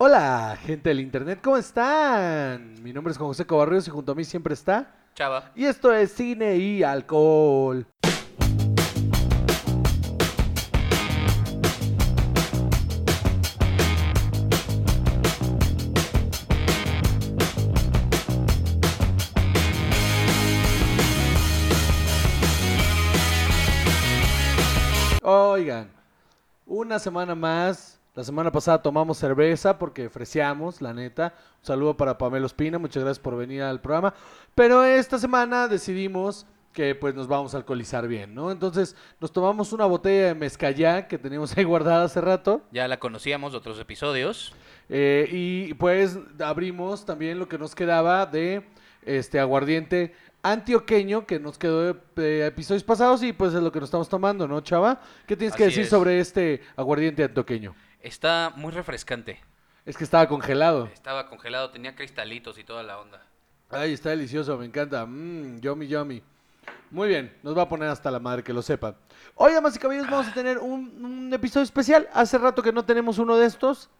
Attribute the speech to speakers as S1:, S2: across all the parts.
S1: Hola, gente del internet, ¿cómo están? Mi nombre es Juan José Cobarrios y junto a mí siempre está.
S2: Chava.
S1: Y esto es Cine y Alcohol. Oigan, una semana más. La semana pasada tomamos cerveza porque freseamos, la neta. Un saludo para Pamela Espina, muchas gracias por venir al programa. Pero esta semana decidimos que pues nos vamos a alcoholizar bien, ¿no? Entonces nos tomamos una botella de mezcallá que teníamos ahí guardada hace rato.
S2: Ya la conocíamos de otros episodios.
S1: Eh, y pues abrimos también lo que nos quedaba de este aguardiente antioqueño que nos quedó de, de episodios pasados y pues es lo que nos estamos tomando, ¿no, chava? ¿Qué tienes que
S2: Así
S1: decir
S2: es.
S1: sobre este aguardiente antioqueño?
S2: Está muy refrescante.
S1: Es que estaba congelado.
S2: Estaba congelado, tenía cristalitos y toda la onda.
S1: Ay, está delicioso, me encanta. Mmm, yummy, yummy. Muy bien, nos va a poner hasta la madre que lo sepa. Hoy, damas y caballeros, vamos a tener un, un episodio especial. Hace rato que no tenemos uno de estos.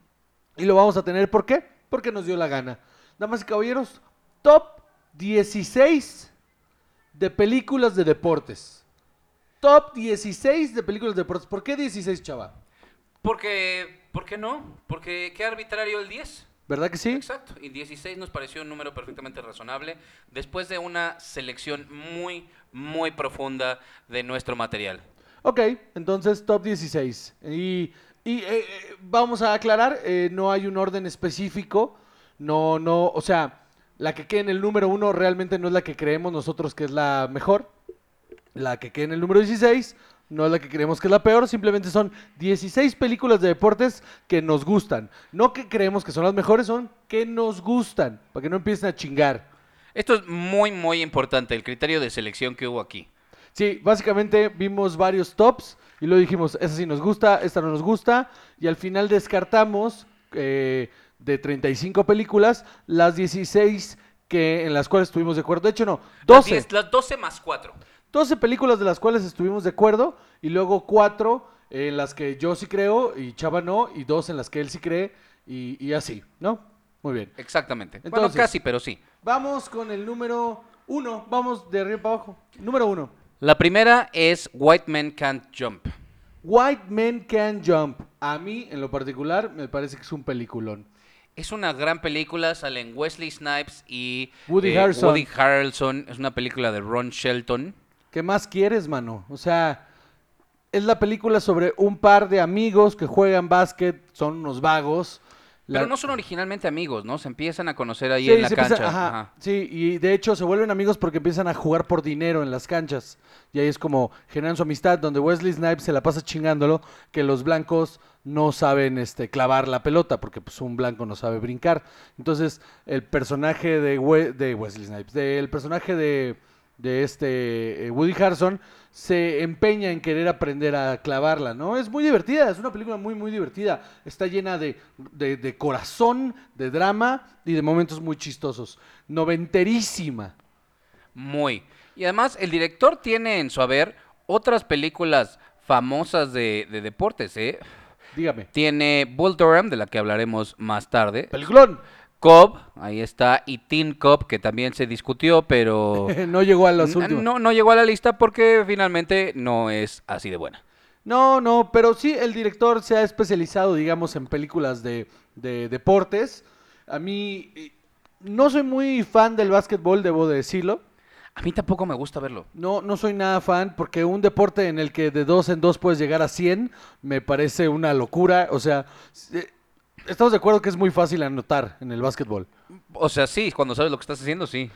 S1: Y lo vamos a tener, ¿por qué? Porque nos dio la gana. Damas y caballeros, top 16 de películas de deportes. Top 16 de películas de deportes. ¿Por qué 16, chava?
S2: Porque, ¿por qué no? Porque qué arbitrario el 10.
S1: ¿Verdad que sí?
S2: Exacto. Y 16 nos pareció un número perfectamente razonable después de una selección muy, muy profunda de nuestro material.
S1: Ok, entonces top 16. Y, y, eh, eh, vamos a aclarar, eh, no hay un orden específico, no, no, o sea, la que quede en el número uno realmente no es la que creemos nosotros que es la mejor, la que quede en el número 16 no es la que creemos que es la peor, simplemente son 16 películas de deportes que nos gustan, no que creemos que son las mejores, son que nos gustan, para que no empiecen a chingar.
S2: Esto es muy, muy importante, el criterio de selección que hubo aquí.
S1: Sí, básicamente vimos varios tops y luego dijimos, esa sí nos gusta, esta no nos gusta, y al final descartamos eh, de 35 películas las 16 que, en las cuales estuvimos de acuerdo. De hecho, no,
S2: Las
S1: 12,
S2: 10, las 12 más 4.
S1: 12 películas de las cuales estuvimos de acuerdo y luego 4 en las que yo sí creo y Chava no, y 2 en las que él sí cree y, y así, ¿no? Muy bien.
S2: Exactamente. bueno,
S1: Entonces-
S2: casi, pero sí.
S1: Vamos con el número 1, vamos de arriba para abajo. Número 1.
S2: La primera es White Men Can't Jump.
S1: White Men Can Jump. A mí, en lo particular, me parece que es un peliculón.
S2: Es una gran película, salen Wesley Snipes y eh,
S1: Woody Harrelson.
S2: Woody Harrelson. Es una película de Ron Shelton.
S1: ¿Qué más quieres, mano? O sea, es la película sobre un par de amigos que juegan básquet, son unos vagos. La-
S2: Pero no son originalmente amigos, ¿no? Se empiezan a conocer ahí
S1: Sí,
S2: en la
S1: se empiezan-
S2: cancha.
S1: ajá,
S2: Ajá.
S1: Sí, y de hecho se vuelven amigos porque empiezan a jugar por dinero en las canchas. Y ahí es como generan su amistad, donde Wesley Snipes se la pasa chingándolo, que los blancos no saben este, clavar la pelota, porque pues un blanco no sabe brincar. Entonces, el personaje de, We- de Wesley Snipes, del personaje de, de este eh, Woody Harrison, se empeña en querer aprender a clavarla, ¿no? Es muy divertida, es una película muy, muy divertida. Está llena de, de- de corazón, de drama y de momentos muy chistosos. Noventerísima.
S2: Muy. Y además, el director tiene en su haber otras películas famosas de, de deportes, ¿eh?
S1: Dígame.
S2: Tiene Bull Durham, de la que hablaremos más tarde.
S1: Peliculón.
S2: Cobb, ahí está. Y Teen Cobb, que también se discutió, pero...
S1: no llegó a las
S2: Oh. N-
S1: últimas.
S2: No, no llegó a la lista porque finalmente no es así de buena.
S1: No, no, pero sí el director se ha especializado, digamos, en películas de, de deportes. A mí eh, no soy muy fan del básquetbol, debo de decirlo.
S2: A mí tampoco me gusta verlo.
S1: No, no soy nada fan porque un deporte en el que de dos en dos puedes llegar a 100 me parece una locura. O sea, eh, estamos de acuerdo que es muy fácil anotar en el básquetbol.
S2: O sea, sí, cuando sabes lo que estás haciendo, sí.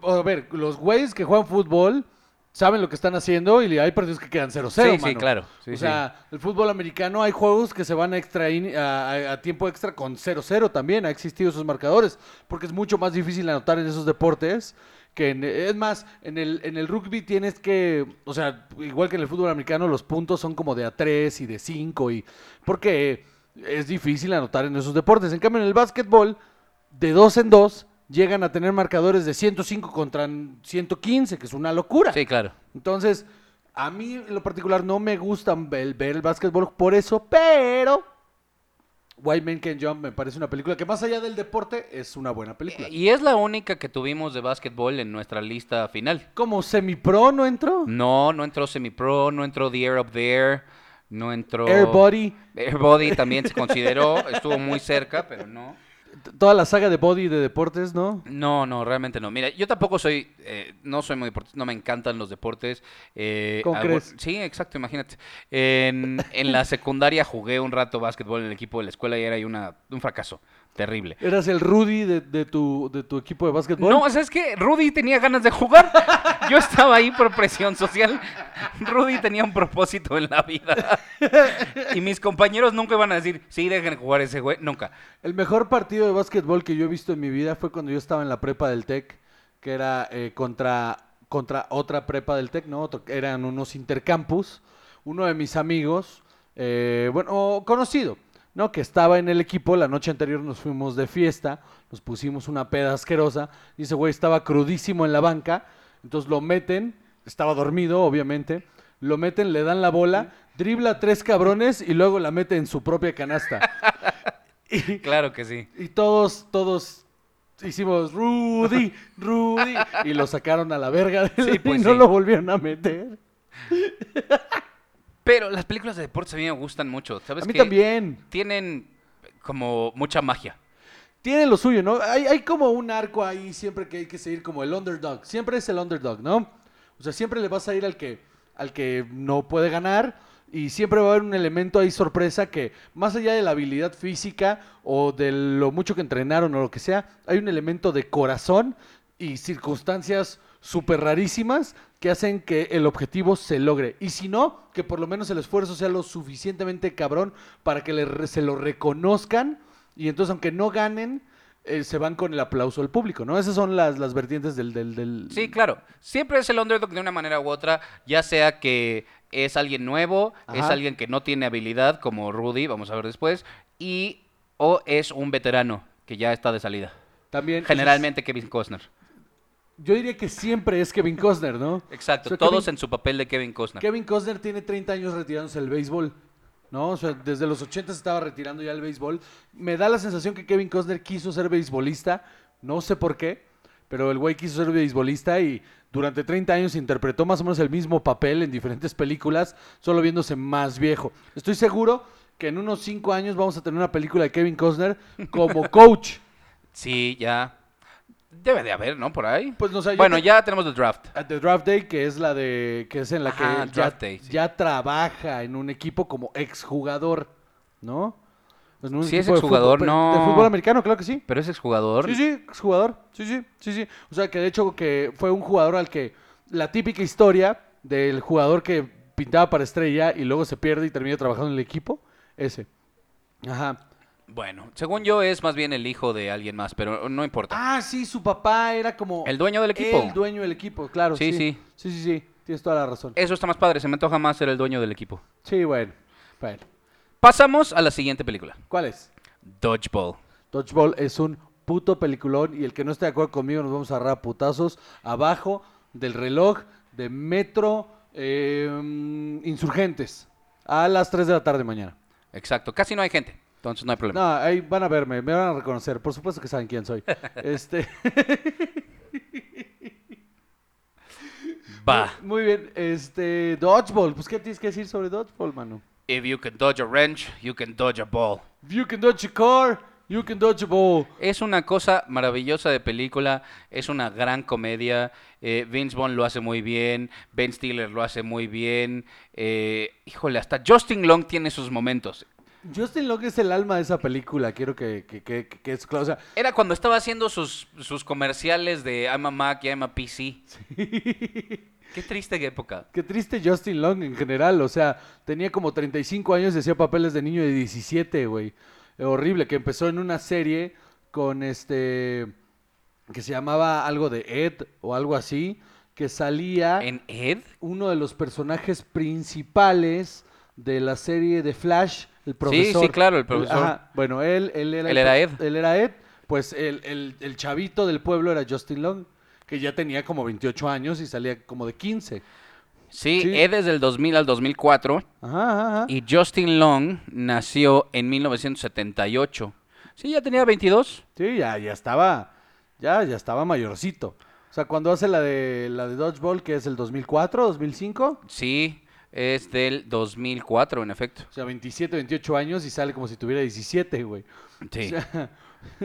S1: O- A ver, los güeyes que juegan fútbol saben lo que están haciendo y hay partidos que quedan 0-0.
S2: Sí, sí,
S1: mano.
S2: claro. Sí,
S1: o sea, el fútbol americano hay juegos que se van a, extra in- a, a- a tiempo extra con 0-0 también. Ha existido esos marcadores porque es mucho más difícil anotar en esos deportes. Que en- es más, en el, en el rugby tienes que, o sea, igual que en el fútbol americano, los puntos son como de a 3 y de 5 y porque es difícil anotar en esos deportes. En cambio, en el básquetbol, de dos en dos llegan a tener marcadores de 105 contra 115, que es una locura.
S2: Sí, claro.
S1: Entonces, a mí en lo particular no me gusta ver, ver el básquetbol por eso, pero White Men Can Jump me parece una película que más allá del deporte es una buena película.
S2: Eh, Y es la única que tuvimos de básquetbol en nuestra lista final.
S1: Como semi-pro no entró.
S2: No, no entró Semi-Pro, no entró The Air Up There, no entró...
S1: Air Buddy.
S2: Air Body también se consideró, estuvo muy cerca, pero no.
S1: T- Toda la saga de body de deportes, ¿no?
S2: No, no, realmente no. Mira, yo tampoco soy, eh, no soy muy deportista, no me encantan los deportes. Eh,
S1: ¿Cómo
S2: hago-
S1: crees?
S2: Sí, exacto, imagínate. En, en la secundaria jugué un rato básquetbol en el equipo de la escuela y era ahí una, un fracaso terrible.
S1: Eras el Rudy de, de tu, de tu equipo de básquetbol.
S2: No, ¿sabes qué? Rudy tenía ganas de jugar. Yo estaba ahí por presión social. Rudy tenía un propósito en la vida. Y mis compañeros nunca iban a decir, sí, dejen jugar a ese güey. Nunca.
S1: El mejor partido de básquetbol que yo he visto en mi vida fue cuando yo estaba en la prepa del TEC, que era eh, contra, contra otra prepa del TEC, ¿no? Otro- eran unos intercampus. Uno de mis amigos, eh, bueno, conocido, ¿no? Que estaba en el equipo, la noche anterior nos fuimos de fiesta, nos pusimos una peda asquerosa, y ese güey estaba crudísimo en la banca, entonces lo meten, estaba dormido, obviamente, lo meten, le dan la bola, dribla a tres cabrones y luego la mete en su propia canasta. Y-
S2: Claro que sí.
S1: y todos, todos hicimos Rudy, Rudy. y lo sacaron a la verga.
S2: Sí, pues
S1: y no
S2: sí.
S1: lo volvieron a meter.
S2: Pero las películas de deportes a mí me gustan mucho. ¿Sabes
S1: A mí
S2: qué?
S1: también.
S2: Tienen como mucha magia.
S1: Tiene lo suyo, ¿no? Hay, hay como un arco ahí siempre que hay que seguir como el underdog. Siempre es el underdog, ¿no? O sea, siempre le vas a ir al que, al que no puede ganar. Y siempre va a haber un elemento ahí sorpresa que, más allá de la habilidad física o de lo mucho que entrenaron o lo que sea, hay un elemento de corazón y circunstancias súper rarísimas que hacen que el objetivo se logre. Y si no, que por lo menos el esfuerzo sea lo suficientemente cabrón para que le re- se lo reconozcan. Y entonces, aunque no ganen, eh, se van con el aplauso del público, ¿no? Esas son las, las vertientes del, del, del-
S2: Sí, claro. Siempre es el underdog de una manera u otra, ya sea que es alguien nuevo, es
S1: Ajá.
S2: alguien que no tiene habilidad, como Rudy, vamos a ver después, y o es un veterano que ya está de salida.
S1: También. entonces,
S2: Generalmente Kevin Costner.
S1: yo diría que siempre es Kevin Costner, ¿no?
S2: Exacto,
S1: O sea,
S2: todos
S1: Kevin-
S2: en su papel de Kevin Costner.
S1: Kevin Costner tiene 30 años retirándose del béisbol. ¿No? O sea, desde los 80 se estaba retirando ya el béisbol. Me da la sensación que Kevin Costner quiso ser beisbolista. No sé por qué, pero el güey quiso ser beisbolista y durante 30 años interpretó más o menos el mismo papel en diferentes películas, solo viéndose más viejo. Estoy seguro que en unos 5 años vamos a tener una película de Kevin Costner como coach.
S2: Sí, ya. Debe de haber, ¿no? Por ahí.
S1: Pues, no sé, yo
S2: bueno,
S1: te-
S2: ya tenemos el draft.
S1: At the Draft Day, que es la de. que es en la
S2: Ajá,
S1: que él ya,
S2: Draft Day, sí.
S1: ya trabaja en un equipo como exjugador, ¿no? En un
S2: Sí, es
S1: equipo de fútbol-
S2: exjugador,
S1: pe-
S2: no.
S1: De fútbol americano, claro que sí.
S2: Pero es exjugador.
S1: Sí, sí, exjugador. Sí, sí, sí, sí. O sea, que de hecho que fue un jugador al que la típica historia del jugador que pintaba para estrella y luego se pierde y termina trabajando en el equipo, ese. Ajá.
S2: Bueno, según yo es más bien el hijo de alguien más, pero no importa.
S1: Ah, sí, su papá era como
S2: El dueño del equipo.
S1: El dueño del equipo, claro,
S2: Sí,
S1: sí.
S2: sí. Eh
S1: Sí, sí, sí. Tienes toda la razón.
S2: Eso está más padre, se me antoja más ser el dueño del equipo.
S1: Sí, bueno. Bueno.
S2: Pasamos a la siguiente película.
S1: ¿Cuál es?
S2: Dodgeball.
S1: Dodgeball es un puto peliculón y el que no esté de acuerdo conmigo nos vamos a agarrar a putazos abajo del reloj de Metro eh, Insurgentes a las 3 de la tarde mañana.
S2: Exacto. Casi no hay gente, entonces no hay problema.
S1: No, ahí van a verme, me van a reconocer, por supuesto que saben quién soy. Este,
S2: Va.
S1: muy bien, este Dodgeball, pues qué tienes que decir sobre Dodgeball, mano?
S2: If you can dodge a wrench, you can dodge a ball.
S1: You can dodge a car, you can dodge a ball.
S2: Es una cosa maravillosa de película, es una gran comedia. eh, Vince Vaughn lo hace muy bien, Ben Stiller lo hace muy bien. eh, híjole, hasta Justin Long tiene sus momentos.
S1: Justin Long es el alma de esa película, quiero que, que, que, que, que es claro, o sea,
S2: Era cuando estaba haciendo sus, sus comerciales de I'm a Mac y I'm a PC. Qué triste época.
S1: Qué triste Justin Long en general, o sea, tenía como 35 años y hacía papeles de niño de 17, güey. Eh, Horrible, que empezó en una serie con este, que se llamaba algo de Ed o algo así, que salía
S2: ¿En Ed?
S1: uno de los personajes principales de la serie de Flash, el profesor.
S2: sí, claro, el profesor.
S1: Ajá, Bueno, él, él era,
S2: Él
S1: el
S2: era
S1: pro-
S2: Ed.
S1: Él era Ed, pues el, el- el chavito del pueblo era Justin Long, que ya tenía como 28 años y salía como de 15.
S2: Sí,
S1: Sí.
S2: Ed es del 2000 al 2004
S1: Ajá, ajá, ajá.
S2: y Justin Long nació en 1978. Sí, ya tenía 22.
S1: Sí, ya, ya estaba, ya, ya estaba mayorcito. O sea, cuando hace la de la de Dodgeball, que es el 2004, 2005,
S2: Sí, es del 2004, en efecto.
S1: o sea, 27, 28 años y sale como si tuviera 17, güey.
S2: Sí.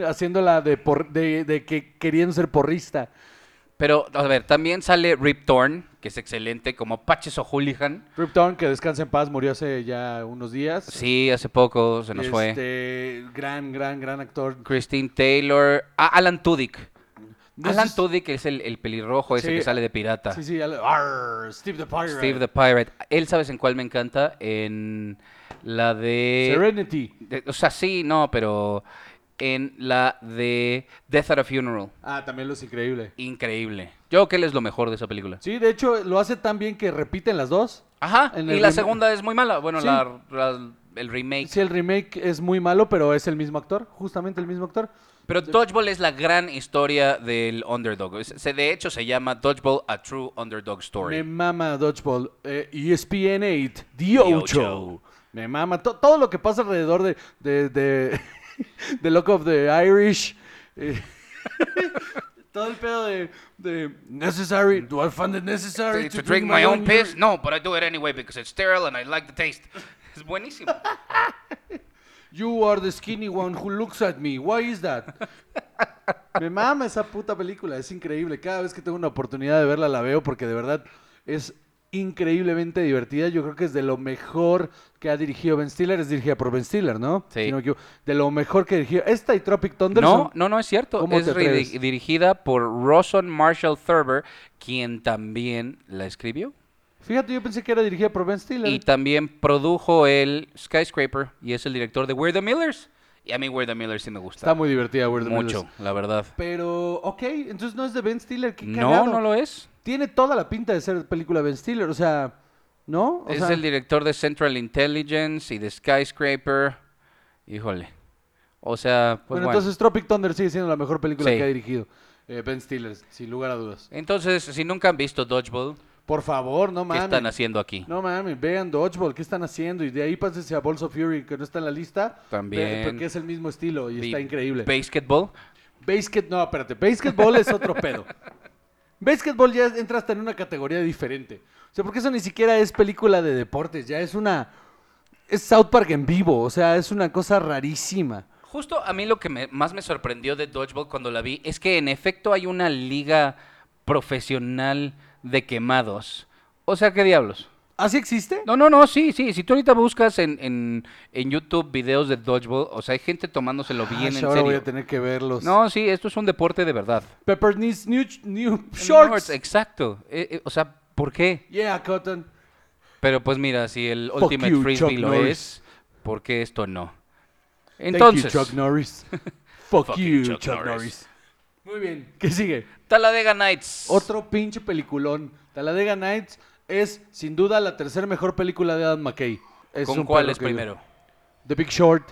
S1: Haciéndola de, por, de, de que queriendo ser porrista.
S2: Pero, a ver, también sale Rip Torn, que es excelente, como Paches O'Hooligan.
S1: Rip Torn, que descansa en paz, murió hace ya unos días.
S2: Sí, hace poco se nos fue.
S1: Este, gran, gran, gran actor.
S2: Christine Taylor. Ah, Alan Tudyk.
S1: This
S2: Alan
S1: is-
S2: Tudyk es el, el pelirrojo ese
S1: Sí.
S2: que sale de pirata.
S1: Sí, sí, al- Arr, Steve the Pirate.
S2: Steve the Pirate. Él, ¿sabes en cuál me encanta? En la de...
S1: Serenity.
S2: de- O sea, sí, no, pero en la de Death at a Funeral.
S1: Ah, también lo es increíble.
S2: Increíble. Yo creo que él es lo mejor de esa película.
S1: Sí, de hecho, lo hace tan bien que repiten las dos.
S2: Ajá.
S1: En
S2: Y
S1: el
S2: la
S1: rem-
S2: segunda es muy mala. Bueno,
S1: Sí.
S2: la- la- el remake.
S1: Sí, el remake es muy malo, pero es el mismo actor, justamente el mismo actor.
S2: Pero Dodgeball es la gran historia del underdog. Es- Se, de hecho, se llama Dodgeball A True Underdog
S1: Me
S2: Story.
S1: mama Dodgeball, eh, ESPN 8, The Ocho.
S2: Ocho.
S1: Me mama to- todo lo que pasa alrededor de, de, de, de Lock of the Irish. eh, todo el pedo de, de Necessary. Do I find it necessary
S2: To drink my own piss? No, but I do it anyway because it's sterile and I like the taste. Es buenísimo.
S1: You are the skinny one who looks at me. Why is that? Me mama esa puta película, es increíble. Cada vez que tengo una oportunidad de verla la veo porque de verdad es increíblemente divertida. Yo creo que es de lo mejor que ha dirigido Ben Stiller. Es dirigida por Ben Stiller, ¿no?
S2: Sí.
S1: Si no me equivoco. de lo mejor que dirigió. Esta y Tropic Thunder.
S2: No,
S1: son-
S2: no, no es cierto.
S1: ¿Cómo
S2: Es
S1: te
S2: redi-
S1: atreves?
S2: dirigida por Roson Marshall Thurber, quien también la escribió.
S1: Fíjate, yo pensé que era dirigida por Ben Stiller.
S2: Y también produjo el Skyscraper y es el director de We're the Millers. Y a mí We're the Millers sí me gusta.
S1: Está muy divertida, Weird Al
S2: mucho,
S1: Millers.
S2: la verdad.
S1: Pero, ok, entonces no es de Ben Stiller. Qué
S2: No,
S1: cagado.
S2: no lo es.
S1: Tiene toda la pinta de ser película de Ben Stiller, o sea, ¿no? O
S2: es
S1: sea-
S2: el director de Central Intelligence y de Skyscraper. Híjole. O sea, pues
S1: bueno,
S2: bueno.
S1: entonces Tropic Thunder sigue siendo la mejor película
S2: Sí.
S1: que ha dirigido eh, Ben Stiller, sin lugar a dudas.
S2: Entonces, si nunca han visto Dodgeball,
S1: Por favor, no
S2: ¿qué
S1: mames.
S2: están haciendo aquí?
S1: No mames, vean Dodgeball, ¿qué están haciendo? Y de ahí pásense a Balls of Fury, que no está en la lista.
S2: También.
S1: Ve- Porque es el mismo estilo y
S2: Vi-
S1: está increíble.
S2: Basketball.
S1: Basket, no, espérate, Basketball es otro pedo. Basketball ya entra hasta en una categoría diferente. O sea, porque eso ni siquiera es película de deportes, ya es una... Es South Park en vivo, o sea, es una cosa rarísima.
S2: Justo a mí lo que me- más me sorprendió de Dodgeball cuando la vi es que en efecto hay una liga profesional de quemados. O sea, ¿qué diablos?
S1: ¿Así existe?
S2: No, no, no, sí, sí. Si tú ahorita buscas en, en, en YouTube videos de Dodgeball, o sea, hay gente tomándoselo
S1: Ah,
S2: bien en
S1: ahora
S2: serio.
S1: voy a tener que verlos.
S2: No, sí, esto es un deporte de verdad.
S1: Pepper needs new, new
S2: Shorts,
S1: shorts.
S2: Exacto. Eh, eh, o sea, ¿por qué?
S1: Yeah, Cotton.
S2: Pero pues mira, si el
S1: Fuck
S2: Ultimate
S1: you,
S2: Frisbee
S1: Chuck
S2: lo
S1: Norris.
S2: es, ¿por qué esto no?
S1: Thank
S2: Entonces,
S1: you, Chuck Norris. Fuck,
S2: Fuck
S1: you,
S2: you,
S1: Chuck,
S2: Chuck
S1: Norris. Muy bien. ¿Qué sigue?
S2: Talladega Nights.
S1: Otro pinche peliculón. Talladega Nights es, sin duda, la tercera mejor película de Adam McKay. Es
S2: ¿Con
S1: un
S2: cuál
S1: perro
S2: es
S1: que vive.
S2: primero?
S1: The Big Short.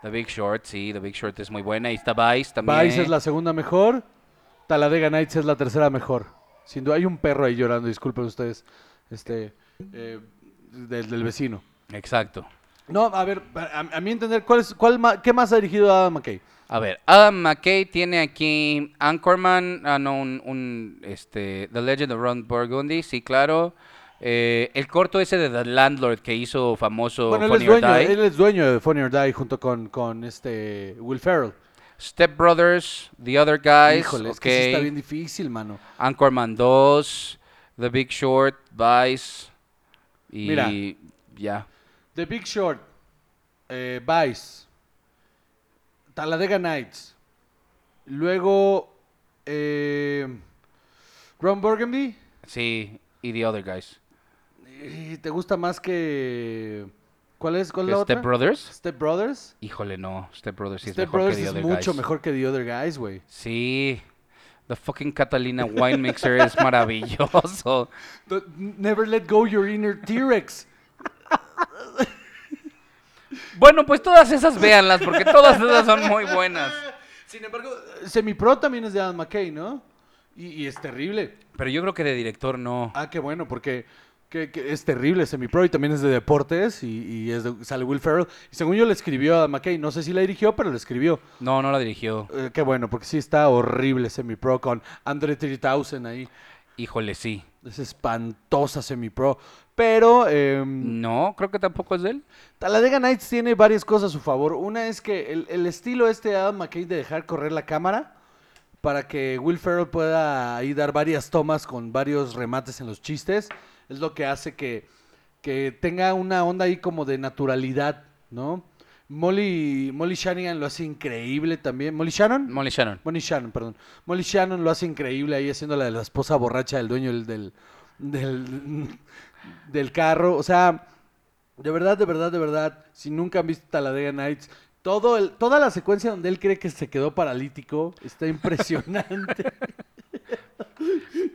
S2: The Big Short, sí, The Big Short es muy buena. Ahí está Vice también.
S1: Vice es la segunda mejor. Talladega Nights es la tercera mejor. Sin duda, hay un perro ahí llorando, disculpen ustedes. Este, eh, del- del vecino.
S2: Exacto.
S1: No, a ver, a, a mi entender, ¿cuál es, cuál ma- ¿qué más ha dirigido Adam McKay?
S2: A ver, Adam McKay tiene aquí Anchorman, ah, no, un, un, este, The Legend of Ron Burgundy, sí, claro. Eh, el corto ese de The Landlord que hizo famoso
S1: bueno, él es,
S2: Funny or
S1: dueño,
S2: Die.
S1: él es dueño de Funny or Die junto con, con este Will Ferrell.
S2: Step Brothers, The Other Guys,
S1: Híjole, es
S2: ok.
S1: que sí está bien difícil, mano.
S2: Anchorman 2, The Big Short, Vice y
S1: Mira.
S2: ya.
S1: The Big Short, eh, Vice, Talladega Nights, luego eh, Ron Burgundy.
S2: Sí, y The Other Guys.
S1: eh, ¿Te gusta más que cuál es cuál es la
S2: Step
S1: otra?
S2: Brothers.
S1: Step Brothers.
S2: Híjole, no. Step Brothers sí es
S1: Step
S2: mejor
S1: Brothers
S2: que The
S1: es
S2: Other
S1: mucho
S2: Guys.
S1: mejor que The Other Guys, güey.
S2: Sí. The fucking Catalina Wine Mixer es maravilloso.
S1: The- Never let go your inner T-Rex.
S2: Bueno, pues todas esas véanlas porque todas esas son muy buenas.
S1: Sin embargo, Semipro también es de Adam McKay, ¿no? Y, y es terrible.
S2: Pero yo creo que de director no.
S1: Ah, qué bueno, porque que, que es terrible, semi-pro, y también es de deportes, y, y es de- sale Will Ferrell. Y según yo le escribió a McKay, no sé si la dirigió, pero le escribió.
S2: No, no la dirigió.
S1: Eh, qué bueno, porque sí está horrible semi-pro con Andre 3000 ahí.
S2: Híjole, sí.
S1: Es espantosa semi-pro. Pero em,
S2: No, creo que tampoco es de él.
S1: Talladega Nights tiene varias cosas a su favor. Una es que el, el estilo este de Adam McKay de dejar correr la cámara para que Will Ferrell pueda ahí dar varias tomas con varios remates en los chistes es lo que hace que, que tenga una onda ahí como de naturalidad, ¿no? Molly, Molly Shanahan lo hace increíble también. ¿Molly Shannon?
S2: Molly Shannon.
S1: Molly Shannon, perdón. Molly Shannon lo hace increíble ahí haciendo la de la esposa borracha del dueño del, del, del, del carro. O sea, de verdad, de verdad, de verdad, si nunca han visto Talladega Nights, todo el, toda la secuencia donde él cree que se quedó paralítico está impresionante.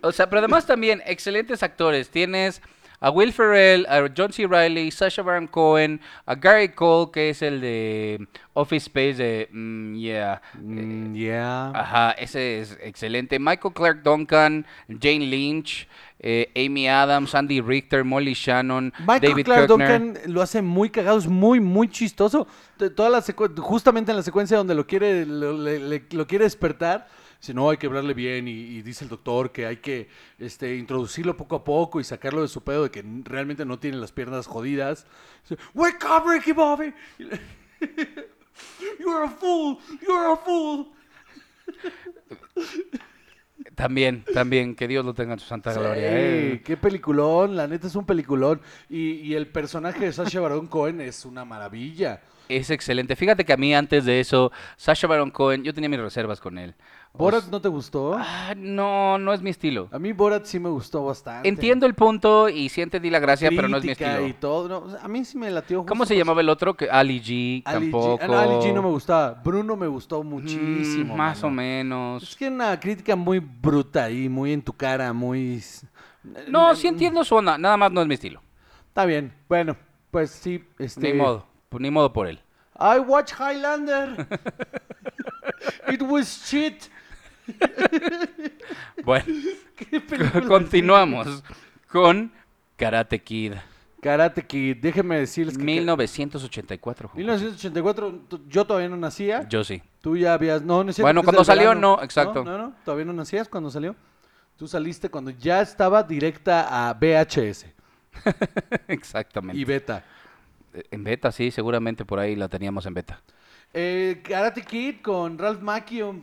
S2: O sea, pero además también excelentes actores. Tienes a Will Ferrell, a John C. Reilly, Sasha Baron Cohen, a Gary Cole, que es el de Office Space de mm, Yeah.
S1: Mm, yeah.
S2: Ajá, ese es excelente. Michael Clark Duncan, Jane Lynch, eh, Amy Adams, Andy Richter, Molly Shannon,
S1: Michael
S2: David
S1: Clark
S2: Koechner.
S1: Duncan lo hace muy cagado, es muy, muy chistoso. T- Toda la secue- justamente en la secuencia donde lo quiere, lo, le- le- lo quiere despertar, si no, hay que hablarle bien y, y dice el doctor que hay que este, introducirlo poco a poco y sacarlo de su pedo de que n- realmente no tiene las piernas jodidas. Dice, Wake up, Ricky Bobby. You're a fool, you're a fool.
S2: También, también, que Dios lo tenga en su santa gloria.
S1: Sí,
S2: eh.
S1: qué peliculón, la neta es un peliculón. Y, y el personaje de Sasha Baron Cohen es una maravilla.
S2: Es excelente. Fíjate que a mí antes de eso, Sasha Baron Cohen, yo tenía mis reservas con él.
S1: ¿Borat no te gustó?
S2: Ah, no, no es mi estilo.
S1: A mí Borat sí me gustó bastante.
S2: Entiendo el punto y sí entendí la gracia, pero no es mi
S1: Crítica
S2: estilo.
S1: y todo. no, o sea, a mí sí me latió.
S2: ¿Cómo
S1: justo
S2: se llamaba el otro? Que Ali G,
S1: por- Ali
S2: tampoco.
S1: G. Ah, no, Ali G no me gustaba. Bruno me gustó muchísimo.
S2: Mm, Más o
S1: mano. Es
S2: menos.
S1: que una crítica muy bruta ahí, muy en tu cara, muy...
S2: No, sí entiendo su onda, nada más no es mi estilo.
S1: Está bien. Bueno, pues sí. Este...
S2: Ni modo, pues ni modo por él.
S1: I watch Highlander. It was shit.
S2: Bueno,
S1: Qué película.
S2: continuamos con Karate Kid.
S1: Karate Kid. Déjenme decirles que...
S2: 1984. Juan.
S1: 1984, t- yo todavía no nacía.
S2: Yo sí.
S1: Tú ya habías. No, no es cierto,
S2: Bueno,
S1: porque es
S2: cuando
S1: del
S2: salió,
S1: verano.
S2: no, exacto.
S1: No, no, no, todavía no nacías cuando salió. Tú saliste cuando ya estaba directa a VHS
S2: Exactamente. Eh,
S1: y beta.
S2: En beta, sí, seguramente por ahí la teníamos en beta.
S1: Eh, Karate Kid con Ralph Macchio.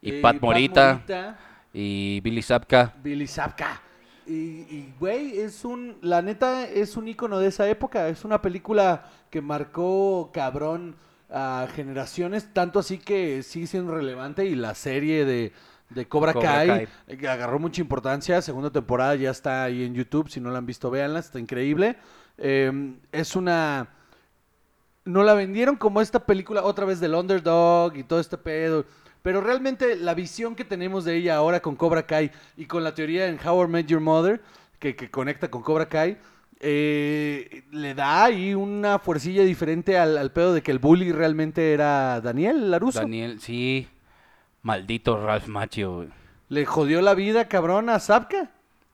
S2: Y
S1: eh,
S2: Pat Morita.
S1: Morita,
S2: Y Billy Zapka.
S1: Billy Zabka. Y, y, güey, es un. La neta es un icono de esa época. Es una película que marcó cabrón a generaciones, tanto así que sigue siendo relevante. Y la serie de, de Cobra,
S2: Cobra
S1: Kai, eh, que agarró mucha importancia. Segunda temporada ya está ahí en YouTube. Si no la han visto, véanla, está increíble. Eh, es una. No la vendieron como esta película otra vez del underdog y todo este pedo. Pero realmente la visión que tenemos de ella ahora con Cobra Kai y con la teoría en How I Met Your Mother, que, que conecta con Cobra Kai, eh, le da ahí una fuercilla diferente al, al pedo de que el bully realmente era Daniel Laruso.
S2: Daniel, sí. Maldito Ralph Macchio.
S1: Le jodió la vida, cabrón, a Zapka.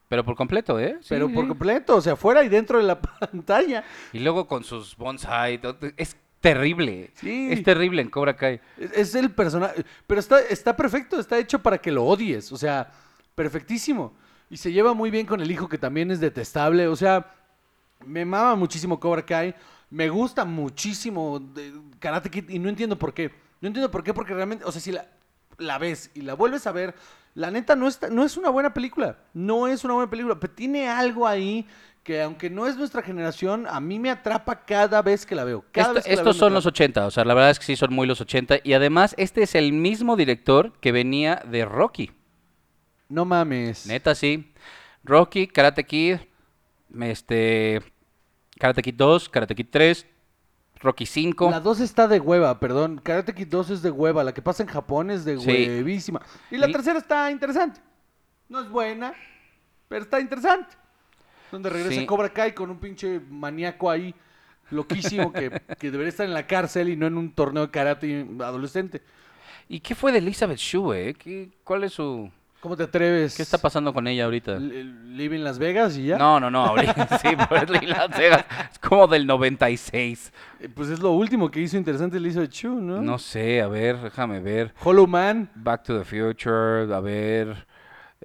S2: Pero por completo, ¿eh? Sí,
S1: pero por
S2: sí.
S1: completo, o sea, fuera y dentro de la pantalla.
S2: Y luego con sus bonsai. to- Es terrible.
S1: Sí.
S2: Es terrible en Cobra Kai.
S1: Es, es el personaje. Pero está, está perfecto, está hecho para que lo odies. O sea, perfectísimo. Y se lleva muy bien con el hijo, que también es detestable. O sea, me mama muchísimo Cobra Kai. Me gusta muchísimo de- Karate Kid y no entiendo por qué. No entiendo por qué, porque realmente, o sea, si la, la ves y la vuelves a ver, la neta no, está, no es una buena película. No es una buena película, pero tiene algo ahí que aunque no es nuestra generación, a mí me atrapa cada vez que la veo. Cada
S2: Esto-
S1: vez que la
S2: estos
S1: veo me
S2: son los
S1: atrapa.
S2: 80, o sea, la verdad es que sí son muy los 80. Y además, este es el mismo director que venía de Rocky.
S1: No mames.
S2: Neta, sí. Rocky, Karate Kid, este, Karate Kid 2, Karate Kid 3, Rocky 5.
S1: La 2 está de hueva, perdón. Karate Kid 2 es de hueva. La que pasa en Japón es de
S2: Sí.
S1: huevísima. Y la
S2: Y-
S1: tercera está interesante. No es buena, pero está interesante. Donde regresa
S2: Sí.
S1: Cobra Kai con un pinche maníaco ahí, loquísimo, que, que debería estar en la cárcel y no en un torneo de karate adolescente.
S2: ¿Y qué fue de Elizabeth Shue? eh? ¿Qué- ¿Cuál es su...?
S1: ¿Cómo te atreves?
S2: ¿Qué está pasando con ella ahorita?
S1: Li- Living Las Vegas y ya.
S2: No, no, no, ahorita sí, pero es Lil Nas Vegas, es como del 96.
S1: Eh, Pues es lo último que hizo interesante, le hizo Chu, ¿no?
S2: No sé, a ver, déjame ver.
S1: Hollow Man.
S2: Back to the Future, a ver.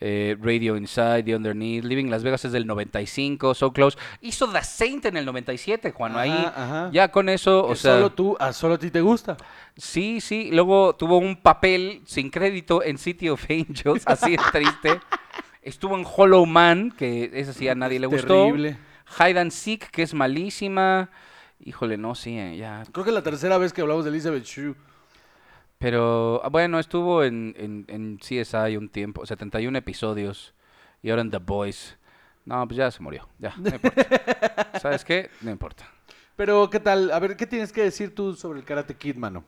S2: eh, Radio Inside, The Underneath, Living Las Vegas es del 95, So Close. Hizo The Saint en el 97, Juan.
S1: Ajá,
S2: ahí,
S1: ajá.
S2: ya con eso,
S1: que
S2: o sea.
S1: solo tú, a solo a ti te gusta.
S2: Sí, sí. Luego tuvo un papel sin crédito en City of Angels, así es triste. Estuvo en Hollow Man, que esa sí a nadie le gustó.
S1: Terrible.
S2: Hide and Seek, que es malísima. Híjole, no, sí, eh, ya.
S1: Creo que es la tercera vez que hablamos de Elizabeth Shue.
S2: Pero ah, bueno, estuvo en, en, en CSI un tiempo, 71 episodios. Y ahora en The Boys. No, pues ya se murió. Ya, no importa. ¿Sabes qué? No importa.
S1: Pero, ¿qué tal? A ver, ¿qué tienes que decir tú sobre el Karate Kid, mano?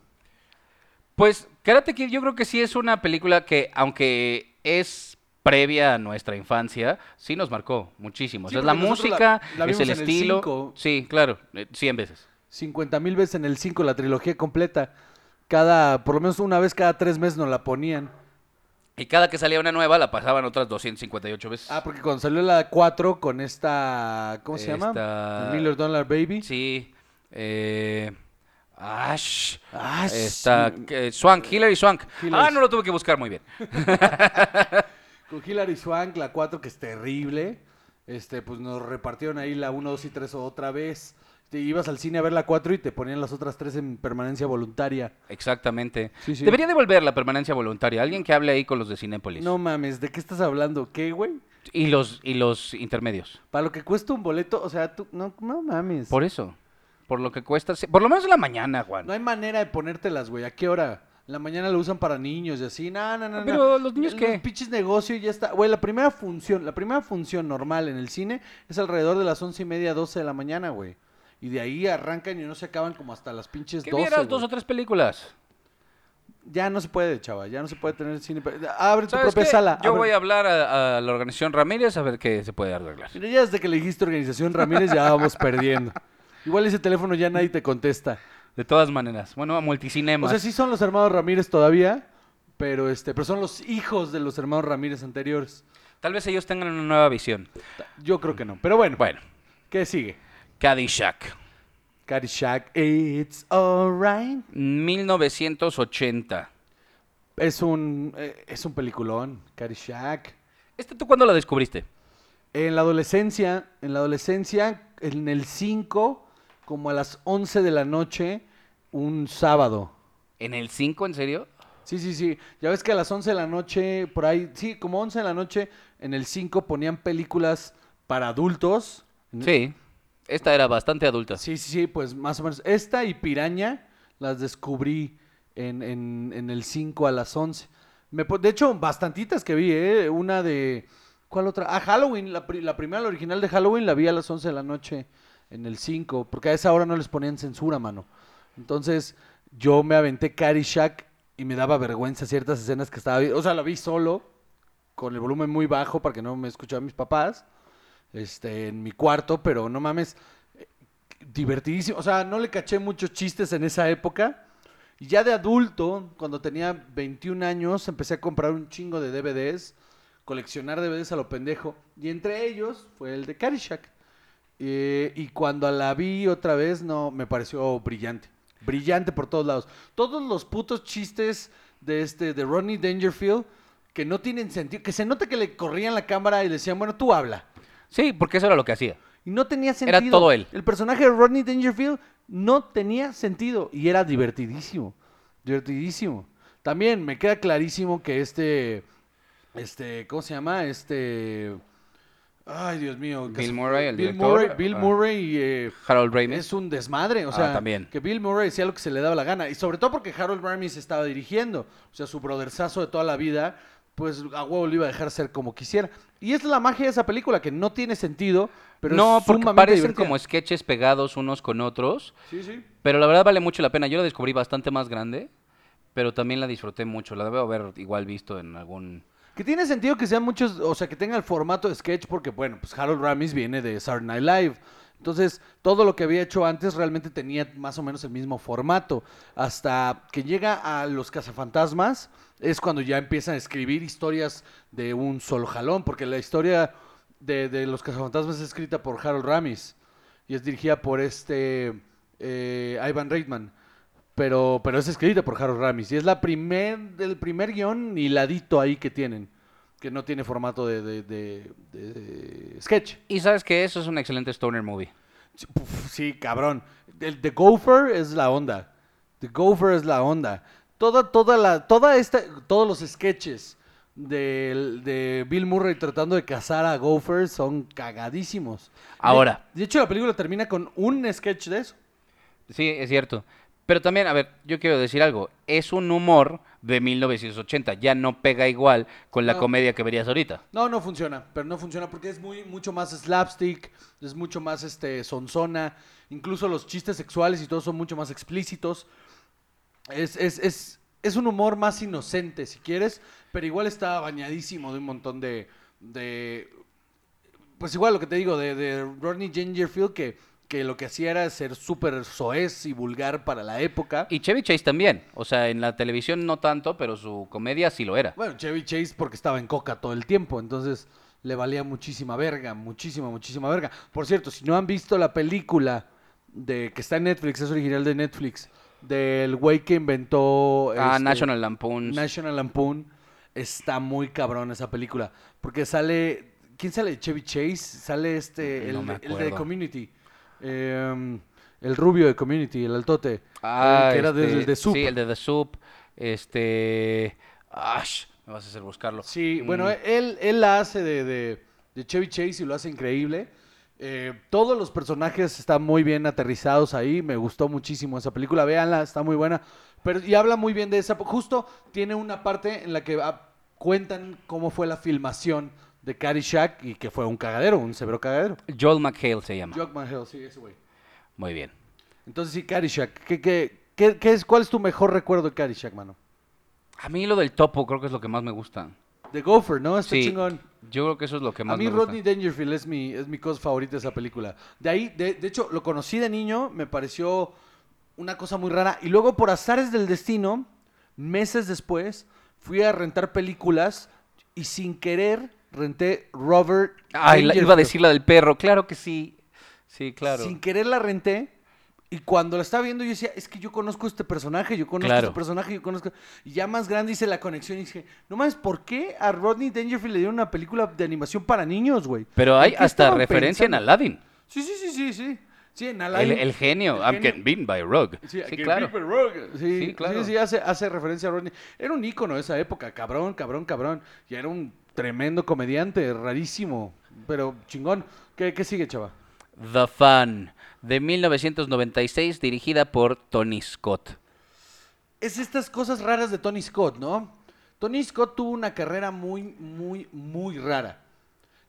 S2: Pues Karate Kid yo creo que sí es una película que, aunque es previa a nuestra infancia, sí nos marcó muchísimo. O
S1: Sí,
S2: sea, es la
S1: porque nosotros
S2: música,
S1: la- la
S2: es el
S1: vimos en el
S2: estilo.
S1: cinco.
S2: sí, claro, eh, 100 veces.
S1: 50 mil veces en el 5, la trilogía completa. Cada, por lo menos una vez cada tres meses nos la ponían.
S2: Y cada que salía una nueva la pasaban otras 258 veces.
S1: Ah, porque cuando salió la 4 con esta, ¿cómo se llama?
S2: Esta-
S1: Miller Dollar Baby.
S2: Sí. eh, Ash.
S1: Ah,
S2: Está
S1: sí,
S2: eh, Swank, Hillary Swank.
S1: Hillary
S2: Ah, no lo tuve que buscar muy bien.
S1: Con Hilary Swank, la 4 que es terrible. Este, pues nos repartieron ahí la 1, 2 y 3 otra vez. Te ibas al cine a ver la 4 y te ponían las otras tres en permanencia voluntaria.
S2: Exactamente.
S1: Sí, sí.
S2: Debería devolver la permanencia voluntaria. Alguien que hable ahí con los de Cinépolis.
S1: No mames, ¿de qué estás hablando? ¿Qué, güey?
S2: Y los, y los intermedios.
S1: Para lo que cuesta un boleto, o sea, tú, no, no mames.
S2: Por eso. Por lo que cuesta. sí, Por lo menos en la mañana, Juan.
S1: No hay manera de ponértelas, güey. ¿A qué hora? En la mañana lo usan para niños y así. No, no, no. no.
S2: Pero, ¿los niños qué?
S1: Los pinches negocio y ya está. Güey, la primera función, la primera función normal en el cine es alrededor de las once y media, doce de la mañana, güey. Y de ahí arrancan y no se acaban como hasta las pinches
S2: que
S1: 12.
S2: vieras
S1: güey.
S2: dos o tres películas.
S1: Ya no se puede, chava. Ya no se puede tener cine. pa- Abre tu
S2: ¿Sabes
S1: propia
S2: qué?
S1: sala.
S2: Yo
S1: abre-
S2: voy a hablar a, a la organización Ramírez a ver qué se puede arreglar.
S1: Mira, ya desde que le dijiste organización Ramírez ya vamos perdiendo. Igual ese teléfono ya nadie te contesta.
S2: De todas maneras. Bueno, a multicinema.
S1: O sea, sí son los hermanos Ramírez todavía, pero este, pero son los hijos de los hermanos Ramírez anteriores.
S2: Tal vez ellos tengan una nueva visión.
S1: Yo creo que no. Pero bueno,
S2: Bueno,
S1: ¿qué sigue?
S2: Caddyshack.
S1: Caddyshack, it's alright.
S2: 1980.
S1: Es un, eh, es un peliculón, Caddyshack.
S2: ¿Este tú cuándo la descubriste?
S1: En la adolescencia, en la adolescencia, en el 5, como a las 11 de la noche, un sábado.
S2: ¿En el 5, en serio?
S1: Sí, sí, sí. Ya ves que a las 11 de la noche, por ahí, sí, como 11 de la noche, en el 5 ponían películas para adultos.
S2: Sí. Esta era bastante adulta.
S1: Sí, sí, sí, pues más o menos. Esta y Piraña las descubrí en, en- en el 5 a las 11. Me, po- de hecho, bastantitas que vi, ¿eh? Una de... ¿Cuál otra? Ah, Halloween, la, pri- la primera, la original de Halloween, la vi a las 11 de la noche en el 5, porque a esa hora no les ponían censura, mano. Entonces, yo me aventé Caddyshack y me daba vergüenza ciertas escenas que estaba viendo. O sea, la vi solo, con el volumen muy bajo para que no me escucharan mis papás, este, en mi cuarto, pero no mames, divertidísimo. O sea, no le caché muchos chistes en esa época. Y ya de adulto, cuando tenía 21 años, empecé a comprar un chingo de DVDs, coleccionar DVDs a lo pendejo. Y entre ellos fue el de Caddyshack. Eh, y cuando la vi otra vez, no, me pareció brillante. Brillante por todos lados. Todos los putos chistes de este, de Ronnie Dangerfield, que no tienen sentido, que se nota que le corrían la cámara y le decían, bueno, tú habla.
S2: Sí, porque eso era lo que hacía.
S1: Y no tenía sentido.
S2: Era todo él.
S1: El personaje de Rodney Dangerfield no tenía sentido y era divertidísimo. Divertidísimo. También me queda clarísimo que este. Este, ¿cómo se llama? Este. Ay, Dios mío. que
S2: Bill
S1: se-
S2: Murray, el
S1: Bill
S2: director.
S1: Murray, Bill
S2: Ah.
S1: Murray eh,
S2: Harold Ramis.
S1: es un desmadre. O
S2: Ah,
S1: sea,
S2: también.
S1: que Bill Murray hacía lo que se le daba la gana. Y sobre todo porque Harold Ramis estaba dirigiendo. O sea, su brotherzazo de toda la vida, pues a huevo lo iba a dejar ser como quisiera. Y es la magia de esa película, que no tiene sentido, pero
S2: no,
S1: es
S2: porque
S1: sumamente
S2: parecen
S1: divertida.
S2: como sketches pegados unos con otros.
S1: Sí, sí.
S2: Pero la verdad vale mucho la pena. Yo la descubrí bastante más grande, pero también la disfruté mucho. La debo haber igual visto en algún...
S1: Que tiene sentido que sean muchos, o sea, que tenga el formato de sketch, porque bueno, pues Harold Ramis viene de Saturday Night Live. Entonces, todo lo que había hecho antes realmente tenía más o menos el mismo formato. Hasta que llega a los cazafantasmas, es cuando ya empiezan a escribir historias de un solo jalón, porque la historia de, de los cazafantasmas es escrita por Harold Ramis y es dirigida por este eh, Ivan Reitman. Pero, pero es escrita por Harold Ramis y es la primer, el primer guión hiladito ahí que tienen, que no tiene formato de, de- de- de sketch.
S2: Y sabes que eso es un excelente stoner movie.
S1: Sí, puf, Sí, cabrón. El The Gopher es la onda. The Gopher es la onda. Toda, toda la, toda esta, todos los sketches del- de, Bill Murray tratando de cazar a Gopher son cagadísimos.
S2: Ahora.
S1: De, de hecho, la película termina con un sketch de eso.
S2: Sí, es cierto. Pero también, a ver, yo quiero decir algo. Es un humor de 1980. Ya no pega igual con la
S1: No.
S2: comedia que verías ahorita.
S1: No, no funciona, pero no funciona porque es muy mucho más slapstick, es mucho más este sonzona, incluso los chistes sexuales y todo son mucho más explícitos. Es, es, es, es un humor más inocente, si quieres, pero igual está bañadísimo de un montón de. de pues igual lo que te digo, de, de Rodney Dangerfield, que, que lo que hacía era ser súper soez y vulgar para la época.
S2: Y Chevy Chase también. O sea, en la televisión no tanto, pero su comedia sí lo era.
S1: Bueno, Chevy Chase porque estaba en coca todo el tiempo, entonces le valía muchísima verga, muchísima, muchísima verga. Por cierto, si no han visto la película de que está en Netflix, es original de Netflix, del güey que inventó
S2: ah,
S1: este,
S2: National Lampoon.
S1: National Lampoon, está muy cabrón esa película, porque sale, ¿quién sale de Chevy Chase? Sale este, el,
S2: No me
S1: el de
S2: acuerdo.
S1: Community, em, el rubio de Community, el altote,
S2: Ah,
S1: el que era
S2: este,
S1: desde el de Soup.
S2: Sí, el de The Soup. Este. Ash, me vas a hacer buscarlo.
S1: Sí, bueno, eh.
S2: Mm.
S1: él, él la hace de, de- de Chevy Chase y lo hace increíble. Eh, todos los personajes están muy bien aterrizados ahí. Me gustó muchísimo esa película. Véanla, está muy buena. Pero, y habla muy bien de esa. Justo tiene una parte en la que ah, cuentan cómo fue la filmación de Caddyshack y que fue un cagadero, un severo cagadero.
S2: Joel McHale se llama.
S1: Jock Manhell, sí, ese güey.
S2: Muy bien.
S1: Entonces, sí, Caddyshack. ¿Qué, qué, qué- qué es, ¿Cuál es tu mejor recuerdo de Caddyshack, mano?
S2: A mí lo del topo creo que es lo que más me gusta.
S1: De Gopher, ¿no? Está
S2: Sí,
S1: chingón.
S2: Yo creo que eso es lo que más
S1: A mí
S2: me gusta.
S1: Rodney Dangerfield es mi, es mi cosa favorita de esa película. De ahí, de, de hecho, lo conocí de niño, me pareció una cosa muy rara. Y luego, por azares del destino, meses después, fui a rentar películas y sin querer renté Robert
S2: Ay, Ah, la- iba a
S1: Dangerfield.
S2: decir la del perro, claro que sí. Sí, claro.
S1: Sin querer la renté. Y cuando la estaba viendo, yo decía, es que yo conozco este personaje, yo conozco
S2: Claro.
S1: este personaje, yo conozco. Y ya más grande hice la conexión y dije, no mames, ¿por qué a Rodney Dangerfield le dieron una película de animación para niños, güey?
S2: Pero
S1: ¿En
S2: hay
S1: qué
S2: hasta
S1: estaban
S2: referencia
S1: pensando?
S2: en Aladdin.
S1: Sí, sí, sí, sí, sí. Sí, en
S2: El,
S1: Aladdin.
S2: el genio.
S1: El
S2: I'm getting beaten by a rug. Sí,
S1: Sí, I can
S2: claro.
S1: beat the rock. Sí,
S2: Sí, claro.
S1: sí, sí, hace, hace referencia a Rodney. Era un ícono de esa época, cabrón, cabrón, cabrón. Y era un tremendo comediante, rarísimo, pero chingón. ¿Qué, qué sigue, chava?
S2: The Fan, de 1996, dirigida por Tony Scott.
S1: es estas cosas raras de Tony Scott, ¿no? Tony Scott tuvo una carrera muy, muy, muy rara.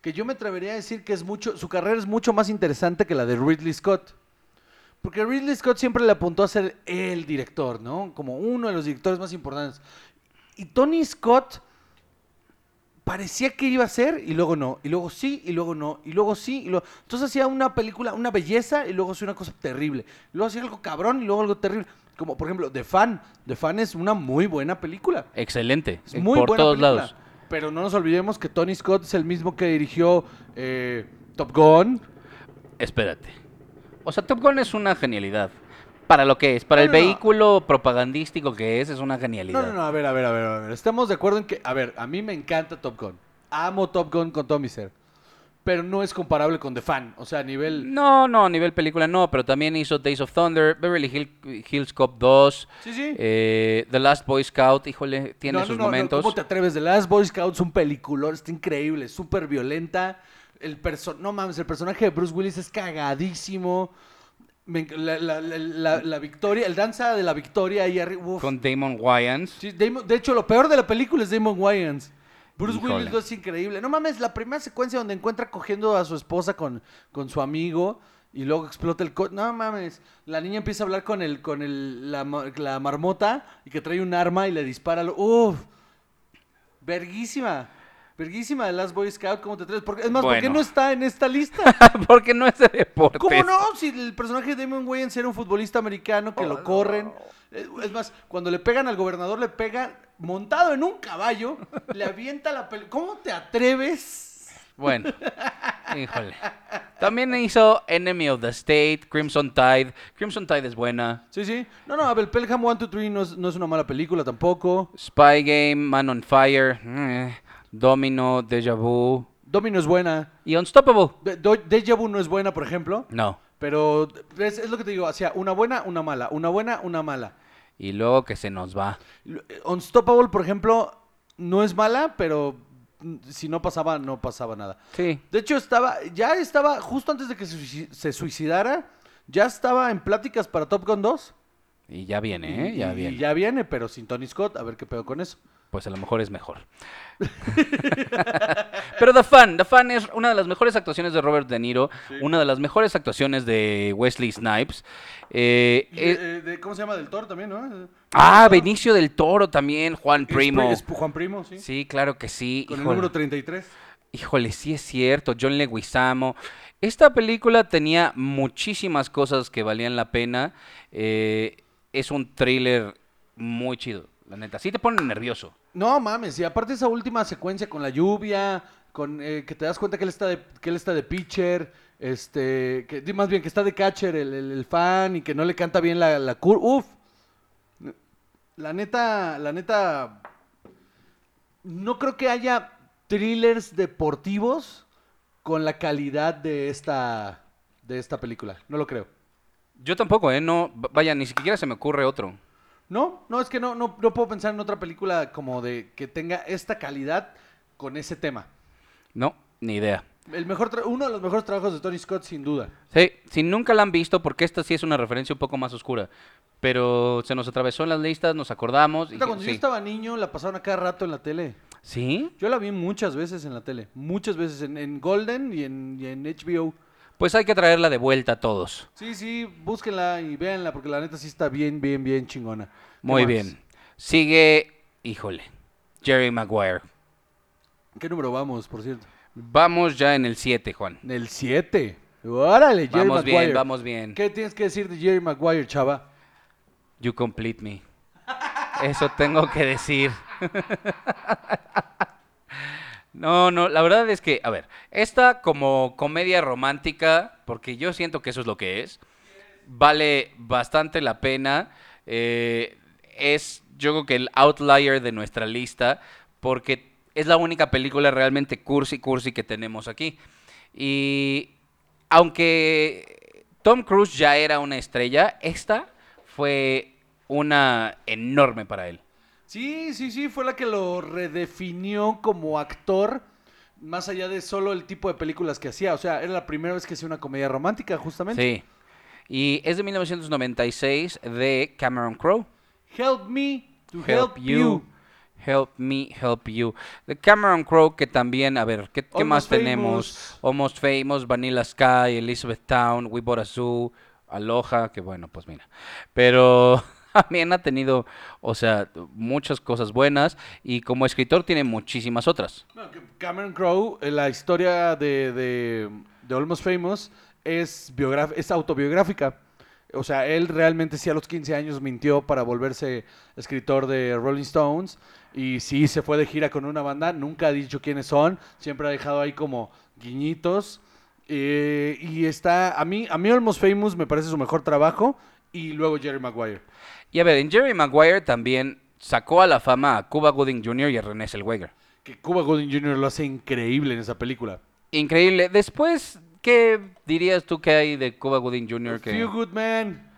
S1: Que yo me atrevería a decir que es mucho, su carrera es mucho más interesante que la de Ridley Scott. Porque Ridley Scott siempre le apuntó a ser el director, ¿no? Como uno de los directores más importantes. Y Tony Scott parecía que iba a ser y luego no, y luego sí, y luego no, y luego sí, y luego... Entonces hacía una película, una belleza, y luego hacía una cosa terrible. Y luego hacía algo cabrón, y luego algo terrible. Como, por ejemplo, The Fan. The Fan es una muy buena película.
S2: Excelente.
S1: Es
S2: eh,
S1: muy
S2: por
S1: buena
S2: todos
S1: película.
S2: lados.
S1: Pero no nos olvidemos que Tony Scott es el mismo que dirigió eh, Top Gun.
S2: Espérate. O sea, Top Gun es una genialidad. Para lo que es, para
S1: No,
S2: el
S1: no, no.
S2: vehículo propagandístico que es, es una
S1: No,
S2: genialidad.
S1: no, no, a ver, a ver, a ver, a ver. Estamos de acuerdo en que, a ver, a mí me encanta Top Gun. Amo Top Gun con todo mi ser. Pero no es comparable con The Fan. O sea, a nivel...
S2: No, no, a nivel película no, pero también hizo Days of Thunder, Beverly Hill- Hills Cop 2,
S1: Sí, sí.
S2: eh, The Last Boy Scout, híjole, tiene
S1: No, no,
S2: sus
S1: no, no,
S2: momentos.
S1: ¿Cómo te atreves? The Last Boy Scout es un peliculón, está increíble, súper violenta. El perso no mames, el personaje de Bruce Willis es cagadísimo. Me enc- la, la- la- la- la victoria, el danza de la victoria ahí arriba. uf.
S2: Con Damon Wayans.
S1: Sí, Damon- de hecho, lo peor de la película es Damon Wayans. Bruce
S2: Híjole.
S1: Willis lo es increíble. No mames, la primera secuencia donde encuentra cogiendo a su esposa con, con su amigo y luego explota el coche. No mames, la niña empieza a hablar con el con el, la, ma- la marmota y que trae un arma y le dispara. lo- Uf, verguísima. Verguísima de Last Boy Scout, ¿cómo te atreves? Porque, es más, ¿por qué
S2: Bueno.
S1: no está en esta lista?
S2: Porque no es de deportes.
S1: ¿Cómo no? Si el personaje de Damon Wayans era un futbolista americano que lo corren. Eh, Es más, cuando le pegan al gobernador, le pegan montado en un caballo, le avienta la pelota. ¿Cómo te atreves?
S2: Bueno, híjole. También hizo Enemy of the State, Crimson Tide. Crimson Tide es buena.
S1: Sí, sí. No, no, Abel Pelham 1, 2, 3 no es, no es una mala película tampoco.
S2: Spy Game, Man on Fire, eh, Domino, Deja Vu
S1: Domino es buena.
S2: y Unstoppable.
S1: De- Do- Deja Vu no es buena, por ejemplo.
S2: No.
S1: Pero es, es lo que te digo, o sea, una buena, una mala, una buena, una mala. eh,
S2: Y luego que se nos va.
S1: Unstoppable, por ejemplo, no es mala, pero mm, si no pasaba, no pasaba nada.
S2: Sí.
S1: De hecho, estaba, ya estaba, justo antes de que se suici- se suicidara, ya estaba en pláticas para Top Gun 2.
S2: Y ya viene, ¿eh? Ya
S1: Y-
S2: viene.
S1: Y ya viene, pero sin Tony Scott, a ver qué pedo con eso.
S2: Pues a lo mejor es mejor. Pero The Fan, The Fan es una de las mejores actuaciones de Robert De Niro, una de las mejores actuaciones de Wesley Snipes. Eh,
S1: Y,
S2: eh,
S1: eh, de- ¿Cómo se llama? Del Toro también, ¿no? Del
S2: ah,
S1: Toro.
S2: Benicio del Toro también, Juan
S1: Es
S2: Primo.
S1: pri- es Juan Primo, sí.
S2: Sí, claro que sí.
S1: Con el
S2: híjole.
S1: número 33.
S2: Híjole, sí es cierto, John Leguizamo. Esta película tenía muchísimas cosas que valían la pena. Eh, es un thriller muy chido, la neta. Sí te pone nervioso.
S1: No mames, y aparte esa última secuencia con la lluvia, con eh, que te das cuenta que él está de, que él está de pitcher, este, que di- más bien que está de catcher el, el- el fan y que no le canta bien la, la cur- Uf. La neta, la neta. No creo que haya thrillers deportivos con la calidad de esta, de esta película. No lo creo.
S2: Yo tampoco, ¿eh? No, v- vaya, ni siquiera se me ocurre otro.
S1: No, no, es que no, no, no puedo pensar en otra película como de que tenga esta calidad con ese tema.
S2: No, ni idea.
S1: El mejor tra- uno de los mejores trabajos de Tony Scott, sin duda.
S2: Sí, si nunca la han visto, porque esta sí es una referencia un poco más oscura. Pero se nos atravesó en las listas, nos acordamos. y
S1: Puta, Cuando
S2: dije,
S1: yo
S2: sí.
S1: estaba niño, la pasaban a cada rato en la tele.
S2: ¿Sí?
S1: Yo la vi muchas veces en la tele. Muchas veces en, en Golden y en, y en HBO.
S2: Pues hay que traerla de vuelta a todos.
S1: Sí, sí, búsquenla y véanla, porque la neta sí está bien, bien, bien chingona. ¿Qué
S2: Muy
S1: más?
S2: bien. Sigue, híjole, Jerry Maguire.
S1: ¿Qué número vamos, por cierto?
S2: Vamos ya en el 7, Juan.
S1: En el 7. Órale, Jerry
S2: vamos
S1: Maguire.
S2: bien, vamos bien.
S1: ¿Qué tienes que decir de Jerry Maguire, chava?
S2: You complete me. Eso tengo que decir. No, no, la verdad es que, a ver, esta como comedia romántica, porque yo siento que eso es lo que es, vale bastante la pena. eh, es, yo creo que el outlier de nuestra lista, porque es la única película realmente cursi, cursi que tenemos aquí. Y aunque Tom Cruise ya era una estrella, esta fue una enorme para él.
S1: Sí, sí, sí, fue la que lo redefinió como actor, más allá de solo el tipo de películas que hacía. O sea, era la primera vez que hacía una comedia romántica, justamente.
S2: Sí. Y es de 1996 de Cameron Crowe.
S1: Help me to help, you.
S2: Help me, help you. De Cameron Crowe, que también, a ver, ¿qué, qué más
S1: Almost
S2: tenemos?
S1: Famous.
S2: Almost Famous, Vanilla Sky, Elizabeth Town, We Bought a Zoo, Aloha, que bueno, pues mira. Pero también ha tenido, o sea, muchas cosas buenas y como escritor tiene muchísimas otras.
S1: No, que Cameron Crowe, eh, la historia de, de, de Almost Famous es, biograf- es autobiográfica. O sea, él realmente sí a los 15 años mintió para volverse escritor de Rolling Stones. Y sí se fue de gira con una banda, nunca ha dicho quiénes son, siempre ha dejado ahí como guiñitos. Eh, y está, a mí, a mí Almost Famous me parece su mejor trabajo. Y luego Jerry Maguire.
S2: Y a ver, en Jerry Maguire también sacó a la fama a Cuba Gooding Jr. y a René Zellweger.
S1: Que Cuba Gooding Jr. lo hace increíble en esa película.
S2: Increíble. Después, ¿qué dirías tú que hay de Cuba Gooding Jr. que
S1: Few Good Men.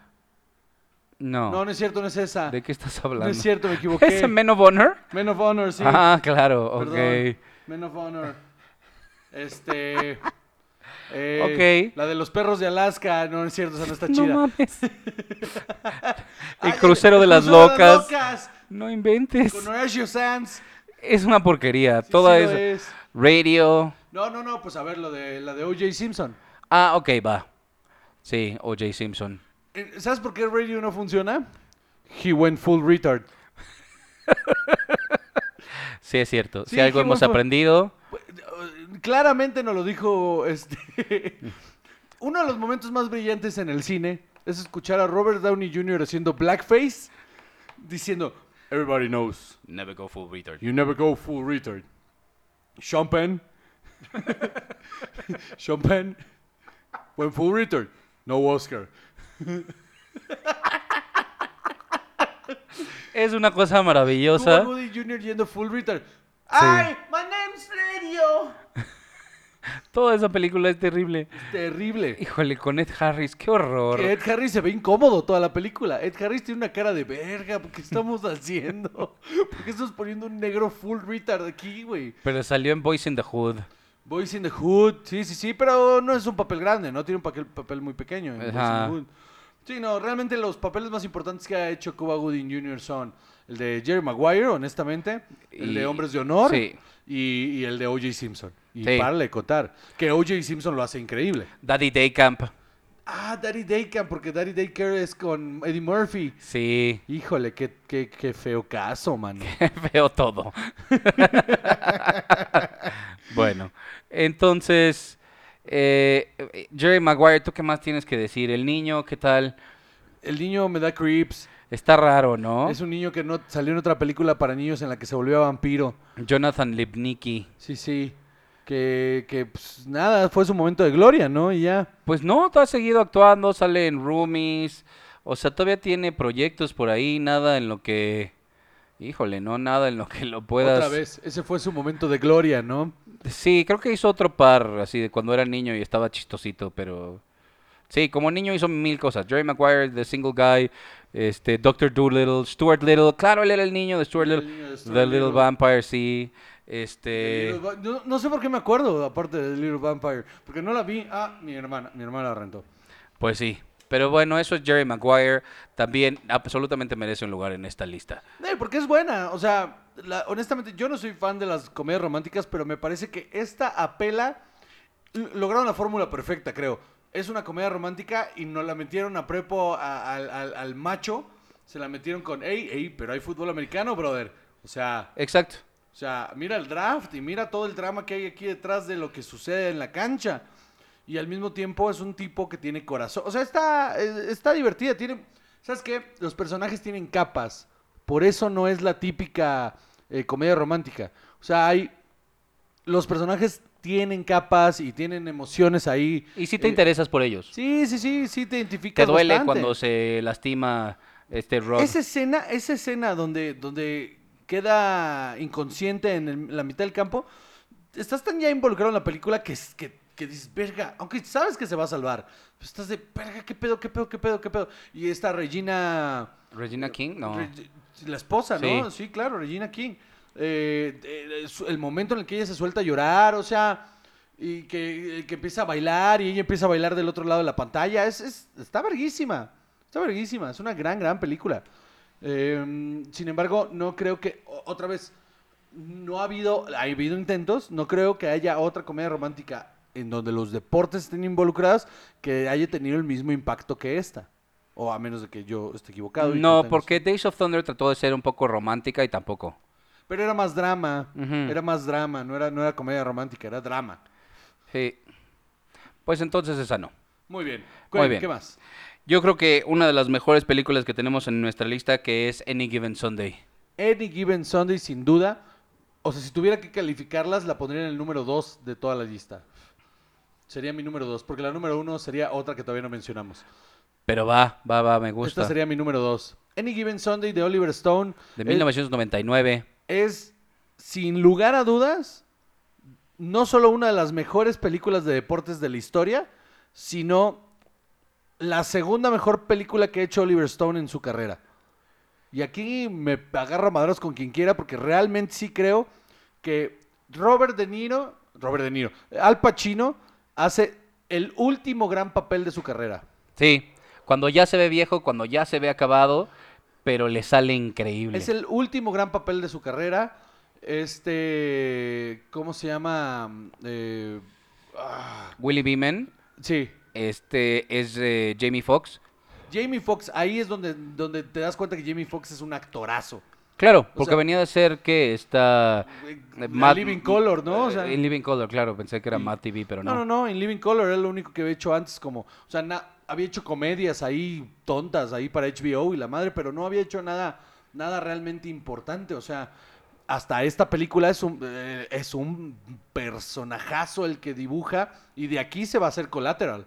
S2: no.
S1: No, no es cierto, no es esa.
S2: ¿De qué estás hablando?
S1: Ah. No es cierto, me equivoqué.
S2: ¿Es Men of Honor?
S1: Men of Honor, sí.
S2: Ah, claro,
S1: Perdón.
S2: ok.
S1: Men of Honor. Este. eh,
S2: Ok.
S1: La de los perros de Alaska, no es cierto, esa no está chida. Ah,
S2: No mames.
S1: Ay,
S2: El crucero de
S1: el
S2: las
S1: crucero de las
S2: locas.
S1: locas,
S2: No inventes.
S1: Con Horatio Sands.
S2: Es una porquería.
S1: Sí,
S2: Toda
S1: sí lo
S2: esa-
S1: es.
S2: Radio.
S1: No, no, no, pues a ver, lo de, la de O.J. Simpson.
S2: Ah, ok, va. Sí, O.J. Simpson.
S1: Eh, ¿Sabes por qué Radio no funciona? He went full retard.
S2: Sí, es cierto.
S1: Sí,
S2: si algo
S1: dijimos,
S2: hemos
S1: pues, eh,
S2: aprendido,
S1: Claramente nos lo dijo este. Uno de los momentos más brillantes en el cine es escuchar a Robert Downey Jr. haciendo blackface diciendo: Everybody knows,
S2: never go full retard.
S1: you never go full retard. Sean Penn. Sean Penn. Went full retard. No Oscar.
S2: Es una cosa
S1: Cuba
S2: maravillosa.
S1: Gooding Jr. yendo full retard. ¡Ay! ¡My name's Radio!
S2: Toda esa película es terrible.
S1: Terrible.
S2: Híjole, con Ed Harris, qué horror.
S1: Que Ed Harris se ve incómodo toda la película. Ed Harris tiene una cara de verga. ¿Qué estamos haciendo? ¿Por qué estamos poniendo un negro full retard aquí, güey?
S2: Pero salió en Boys in the Hood.
S1: Boys in the Hood. Sí, sí, sí, pero no es un papel grande, ¿no? Tiene un papel, papel muy pequeño en Boys in the
S2: Ajá.
S1: Hood. Sí, no, realmente los papeles más importantes que ha hecho Cuba Gooding Jr. son el de Jerry Maguire, honestamente, el
S2: Y-
S1: de Hombres de Honor
S2: sí.
S1: y, y el de O.J. Simpson. Y
S2: Sí.
S1: para de contar, que O.J. Simpson lo hace increíble.
S2: Daddy Day Camp.
S1: Ah, Daddy Daycare, porque Daddy Daycare es con Eddie Murphy.
S2: Sí,
S1: Híjole, qué, qué, qué feo caso, mano.
S2: veo todo. bueno, entonces, eh, eh, Jerry Maguire, ¿tú qué más tienes que decir? El niño, ¿qué tal?
S1: El niño me da creeps.
S2: Está raro, ¿no?
S1: Es un niño que no salió en otra película para niños en la que se volvió vampiro.
S2: Jonathan Lipnicki.
S1: Sí, sí. Que, que pues, nada, fue su momento de gloria, ¿no? Y ya.
S2: Pues no, todavía ha seguido actuando, sale en roomies. O sea, todavía tiene proyectos por ahí, nada en lo que. Híjole, no, nada en lo que lo puedas.
S1: Otra vez, ese fue su momento de gloria, ¿no?
S2: Sí, creo que hizo otro par, así de cuando era niño y estaba chistosito, pero. Sí, como niño hizo mil cosas. Jerry Maguire, The Single Guy, este, Doctor Doolittle, Stuart Little. Claro, él era el niño de Stuart
S1: Era
S2: Little.
S1: el niño de Stuart
S2: The Little
S1: Little.
S2: Vampire, sí. Este.
S1: Little Va- No, no sé por qué me acuerdo, aparte de Little Vampire. Porque no la vi. Ah, mi hermana. Mi hermana la rentó.
S2: Pues sí. Pero bueno, eso es Jerry Maguire. También absolutamente merece un lugar en esta lista.
S1: Eh, porque es buena. O sea, la- honestamente, yo no soy fan de las comedias románticas, pero me parece que esta apela. l- Lograron la fórmula perfecta, creo. Es una comedia romántica y nos la metieron a prepo a- al, al- al macho. Se la metieron con, hey, hey, pero hay fútbol americano, brother. O sea,
S2: Exacto.
S1: o sea, mira el draft y mira todo el drama que hay aquí detrás de lo que sucede en la cancha. Y al mismo tiempo es un tipo que tiene corazón. O sea, está, eh, está divertida. Tiene, ¿Sabes qué? Los personajes tienen capas. Por eso no es la típica eh, comedia romántica. O sea, hay. Los personajes tienen capas y tienen emociones ahí.
S2: Y si te
S1: Eh,
S2: interesas por ellos.
S1: Sí, sí, sí, sí, te identificas.
S2: te duele
S1: bastante.
S2: cuando se lastima este Rod.
S1: Esa escena, esa escena donde, donde queda inconsciente en el- la mitad del campo, estás tan ya involucrado en la película que, es- que, que dices, verga, aunque sabes que se va a salvar, pero estás de, verga, qué pedo, qué pedo, qué pedo, qué pedo. Y esta Regina,
S2: Regina King, no.
S1: Re- la esposa, ¿no?
S2: Sí.
S1: Sí, claro, Regina King. Eh, eh, su- el momento en el que ella se suelta a llorar, o sea, y que, que empieza a bailar y ella empieza a bailar del otro lado de la pantalla, es, es- está verguísima, está verguísima, es una gran, gran película. Eh, sin embargo, no creo que, o- otra vez, no ha habido, ha habido intentos, no creo que haya otra comedia romántica en donde los deportes estén involucrados que haya tenido el mismo impacto que esta. O a menos de que yo esté equivocado. y
S2: No,
S1: tú tengas-
S2: porque Days of Thunder trató de ser un poco romántica y tampoco.
S1: pero era más drama,
S2: Ujú.
S1: era más drama, no era, no era comedia romántica, era drama.
S2: Sí. Pues entonces esa no.
S1: Muy bien.
S2: Muy bien.
S1: ¿Qué más?
S2: Yo creo que una de las mejores películas que tenemos en nuestra lista que es Any Given Sunday.
S1: Any Given Sunday, sin duda. O sea, si tuviera que calificarlas, la pondría en el número 2 de toda la lista. Sería mi número 2, porque la número 1 sería otra que todavía no mencionamos.
S2: Pero va, va, va, me gusta.
S1: Esta sería mi número 2. Any Given Sunday de Oliver Stone Eh,
S2: De
S1: es-
S2: 1999.
S1: es, sin lugar a dudas, no solo una de las mejores películas de deportes de la historia, sino la segunda mejor película que ha hecho Oliver Stone en su carrera. Y aquí me agarro a madrazos con quien quiera porque realmente sí creo que Robert De Niro, Robert De Niro, Al Pacino hace el último gran papel de su carrera.
S2: Sí. Cuando ya se ve viejo, cuando ya se ve acabado, pero le sale increíble.
S1: Es el último gran papel de su carrera. Este, ¿cómo se llama? Eh, ah,
S2: Willie Beeman,
S1: sí,
S2: este es eh, Jamie Foxx.
S1: Jamie Foxx. Ahí es donde, donde te das cuenta que Jamie Foxx es un actorazo.
S2: Claro, porque venía de ser que está...
S1: La Living Color, ¿no? O sea-
S2: Eh, Living Color, claro, pensé que era Matt TV, pero no.
S1: No, no, no, en Living Color era lo único que había hecho antes, como, o sea, na- había hecho comedias ahí tontas, ahí para HBO y la madre, pero no había hecho nada, nada realmente importante, o sea, hasta esta película es un, eh, es un personajazo el que dibuja y de aquí se va a hacer Collateral.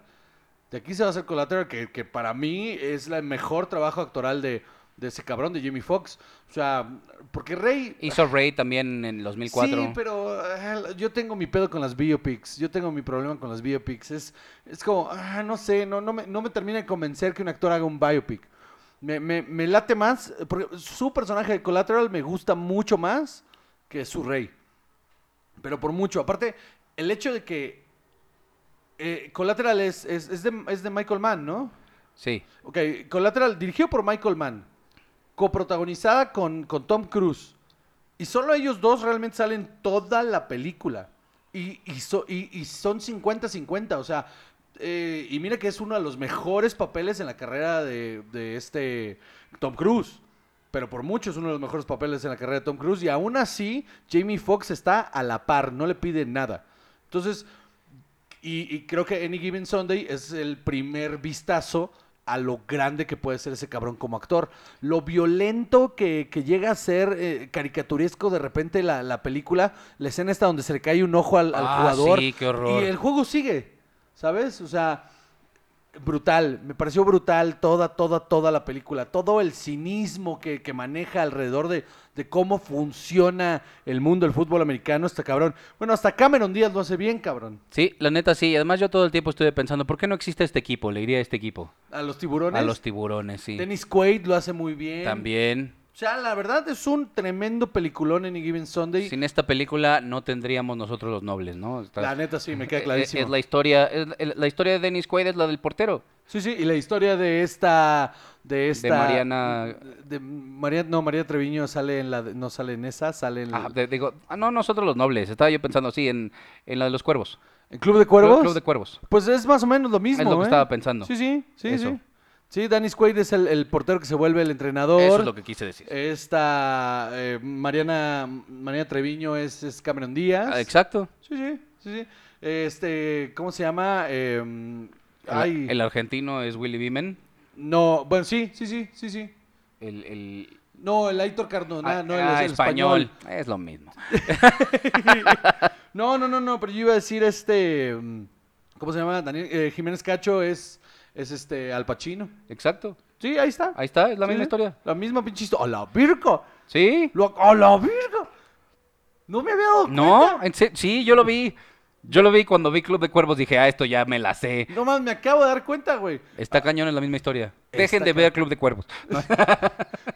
S1: De aquí se va a hacer Collateral, que, que para mí es la- el mejor trabajo actoral de, de ese cabrón, de Jimmy Fox. O sea, porque Rey...
S2: Hizo Ray también en 2004.
S1: Sí, pero eh, yo tengo mi pedo con las biopics. Yo tengo mi problema con las biopics. Es, es como, ah, no sé, no, no, me, no me termina de convencer que un actor haga un biopic. Me, me- me late más, eh, porque su personaje de Collateral me gusta mucho más que su rey. Pero por mucho. Aparte, el hecho de que eh, Collateral es, es, es de, es de Michael Mann, ¿no?
S2: Sí.
S1: Ok, Collateral, dirigido por Michael Mann, coprotagonizada con, con Tom Cruise. Y solo ellos dos realmente salen toda la película. Y, y, so- y- y son 50-50, o sea... eh, y mira que es uno de los mejores papeles en la carrera de, de este Tom Cruise. Pero por mucho es uno de los mejores papeles en la carrera de Tom Cruise. Y aún así, Jamie Foxx está a la par, no le pide nada. Entonces, y, y creo que Any Given Sunday es el primer vistazo a lo grande que puede ser ese cabrón como actor. Lo violento que, que llega a ser eh, caricaturesco de repente la, la película, la escena está donde se le cae un ojo al, al
S2: Ah,
S1: jugador.
S2: sí, qué horror.
S1: Y el juego sigue, ¿sabes? O sea, brutal. Me pareció brutal toda, toda, toda la película. Todo el cinismo que, que maneja alrededor de, de cómo funciona el mundo del fútbol americano, este cabrón. Bueno, hasta Cameron Díaz lo hace bien, cabrón.
S2: Sí, la neta sí. Además yo todo el tiempo estuve pensando, ¿por qué no existe este equipo? Le iría a este equipo.
S1: A los tiburones.
S2: A los tiburones, sí.
S1: Dennis Quaid lo hace muy bien.
S2: También.
S1: O sea, la verdad es un tremendo peliculón en Given Sunday.
S2: Sin esta película no tendríamos nosotros los nobles, ¿no? Está-
S1: La neta sí, me queda
S2: Eh,
S1: clarísimo.
S2: Es, la historia, es la- la historia de Dennis Quaid es la del portero.
S1: Sí, sí, y la historia de esta... De esta...
S2: Mariana-
S1: De María, no, María Treviño sale en la... de- no sale en esa, sale en... la-
S2: Ah, de- digo, ah, no, nosotros los nobles. Estaba yo pensando así en, en la de los cuervos.
S1: ¿En Club de Cuervos?
S2: Club, Club de cuervos.
S1: Pues es más o menos lo mismo,
S2: Es lo que
S1: ¿eh?
S2: estaba pensando.
S1: Sí, sí, sí,
S2: Eso.
S1: sí. Sí, Dennis Quaid es el, el portero que se vuelve el entrenador.
S2: Eso es lo que quise decir.
S1: Esta eh, Mariana, Mariana Treviño es, es Cameron Díaz.
S2: Ah, Exacto.
S1: Sí, sí, sí, sí. Este, ¿cómo se llama? Eh,
S2: El,
S1: ay,
S2: el argentino es Willy Beeman.
S1: no, bueno, sí, sí, sí, sí, sí.
S2: El, el-
S1: No, el Aitor Cardona,
S2: ah,
S1: no, el,
S2: ah,
S1: el
S2: español. Es lo mismo.
S1: No, no, no, no, pero yo iba a decir este, mm, ¿cómo se llama? Daniel, eh, Jiménez Cacho es, es este, Al Pacino.
S2: Exacto.
S1: Sí, ahí está.
S2: Ahí está, es la
S1: Sí,
S2: misma
S1: sí.
S2: historia.
S1: La misma pinche historia. ¡A la virgo!
S2: Sí.
S1: Lo- ¡A la virgo! No me había dado
S2: No,
S1: cuenta.
S2: en se- sí, yo lo vi. Yo lo vi cuando vi Club de Cuervos, dije, ah, esto ya me la sé.
S1: No más, me acabo de dar cuenta, güey.
S2: Está cañón en la misma historia.
S1: Está
S2: Dejen de
S1: cañón.
S2: ver Club de Cuervos.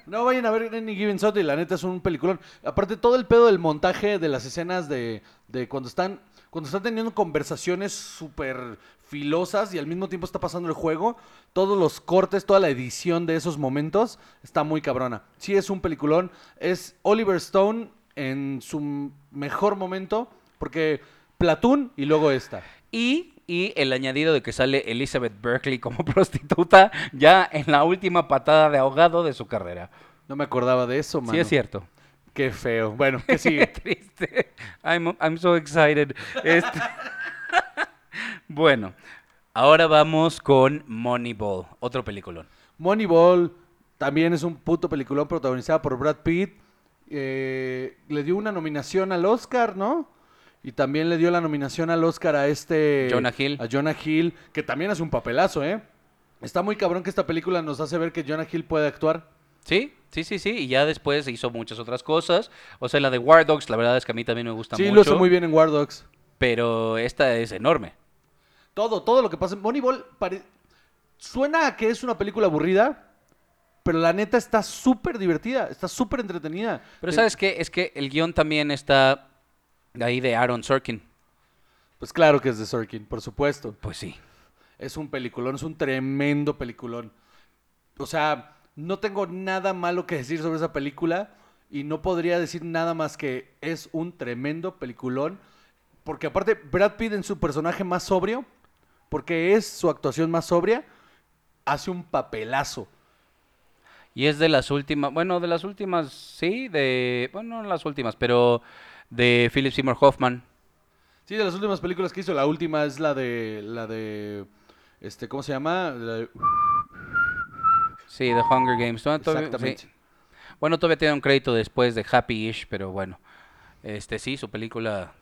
S1: No vayan a ver Any Given Sunday, la neta es un peliculón. Aparte, todo el pedo del montaje de las escenas de, de cuando están cuando están teniendo conversaciones súper filosas y al mismo tiempo está pasando el juego, todos los cortes, toda la edición de esos momentos está muy cabrona. Sí es un peliculón, es Oliver Stone en su mejor momento, porque Platoon y luego esta.
S2: Y, y el añadido de que sale Elizabeth Berkeley como prostituta ya en la última patada de ahogado de su carrera.
S1: No me acordaba de eso, mano.
S2: Sí, es cierto.
S1: Qué feo. Bueno, ¿qué
S2: Qué
S1: sigue?
S2: triste. I'm, I'm so excited. Este- bueno, ahora vamos con Moneyball, otro peliculón.
S1: Moneyball también es un puto peliculón protagonizada por Brad Pitt. Eh, le dio una nominación al Oscar, ¿no? Y también le dio la nominación al Oscar a este...
S2: Jonah Hill.
S1: A Jonah Hill, que también es un papelazo, ¿eh? Está muy cabrón que esta película nos hace ver que Jonah Hill puede actuar.
S2: Sí, sí, sí, sí. Y ya después hizo muchas otras cosas. O sea, la de War Dogs, la verdad es que a mí también me gusta
S1: sí,
S2: mucho.
S1: lo hace muy bien en War Dogs.
S2: Pero esta es enorme.
S1: Todo, todo lo que pasa en Moneyball pare- suena a que es una película aburrida, pero la neta está súper divertida, está súper entretenida.
S2: Pero
S1: Eh,
S2: ¿sabes qué? Es que el guión también está ahí de Aaron Sorkin.
S1: Pues claro que es de Sorkin, por supuesto.
S2: Pues sí.
S1: Es un peliculón, es un tremendo peliculón. O sea, no tengo nada malo que decir sobre esa película y no podría decir nada más que es un tremendo peliculón. Porque aparte, Brad Pitt en su personaje más sobrio, porque es su actuación más sobria, hace un papelazo.
S2: Y es de las últimas, bueno, de las últimas, sí, de, bueno, no las últimas, pero de Philip Seymour Hoffman.
S1: Sí, de las últimas películas que hizo, la última es la de, la de, este, ¿cómo se llama? La de-
S2: Sí, The Hunger Games. ¿no? Todavía-
S1: Exactamente.
S2: sí. Bueno, todavía tiene un crédito después de Happy-ish, pero bueno. Este sí, su película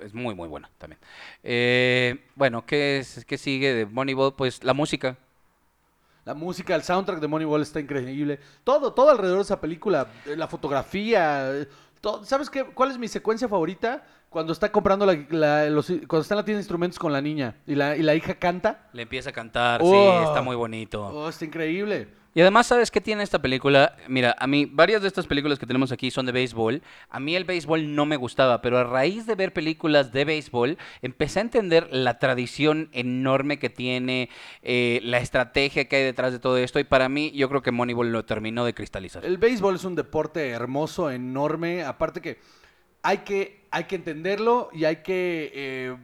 S2: es muy, muy buena también. Eh, bueno, ¿qué, es, ¿qué sigue de Moneyball? Pues la música.
S1: La música, el soundtrack de Moneyball está increíble. Todo, todo alrededor de esa película. eh, La fotografía. eh, todo. ¿Sabes qué? ¿Cuál es mi secuencia favorita? Cuando está comprando la, la- los- cuando está en la tienda de instrumentos con la niña y la, y la hija canta.
S2: Le empieza a cantar,
S1: Oh.
S2: sí, está muy bonito.
S1: Oh, está increíble.
S2: Y además, ¿sabes qué tiene esta película? Mira, a mí, varias de estas películas que tenemos aquí son de béisbol. A mí el béisbol no me gustaba, pero a raíz de ver películas de béisbol, empecé a entender la tradición enorme que tiene, eh, la estrategia que hay detrás de todo esto. Y para mí, yo creo que Moneyball lo terminó de cristalizar.
S1: El béisbol es un deporte hermoso, enorme. Aparte que hay que, hay que entenderlo y hay que eh,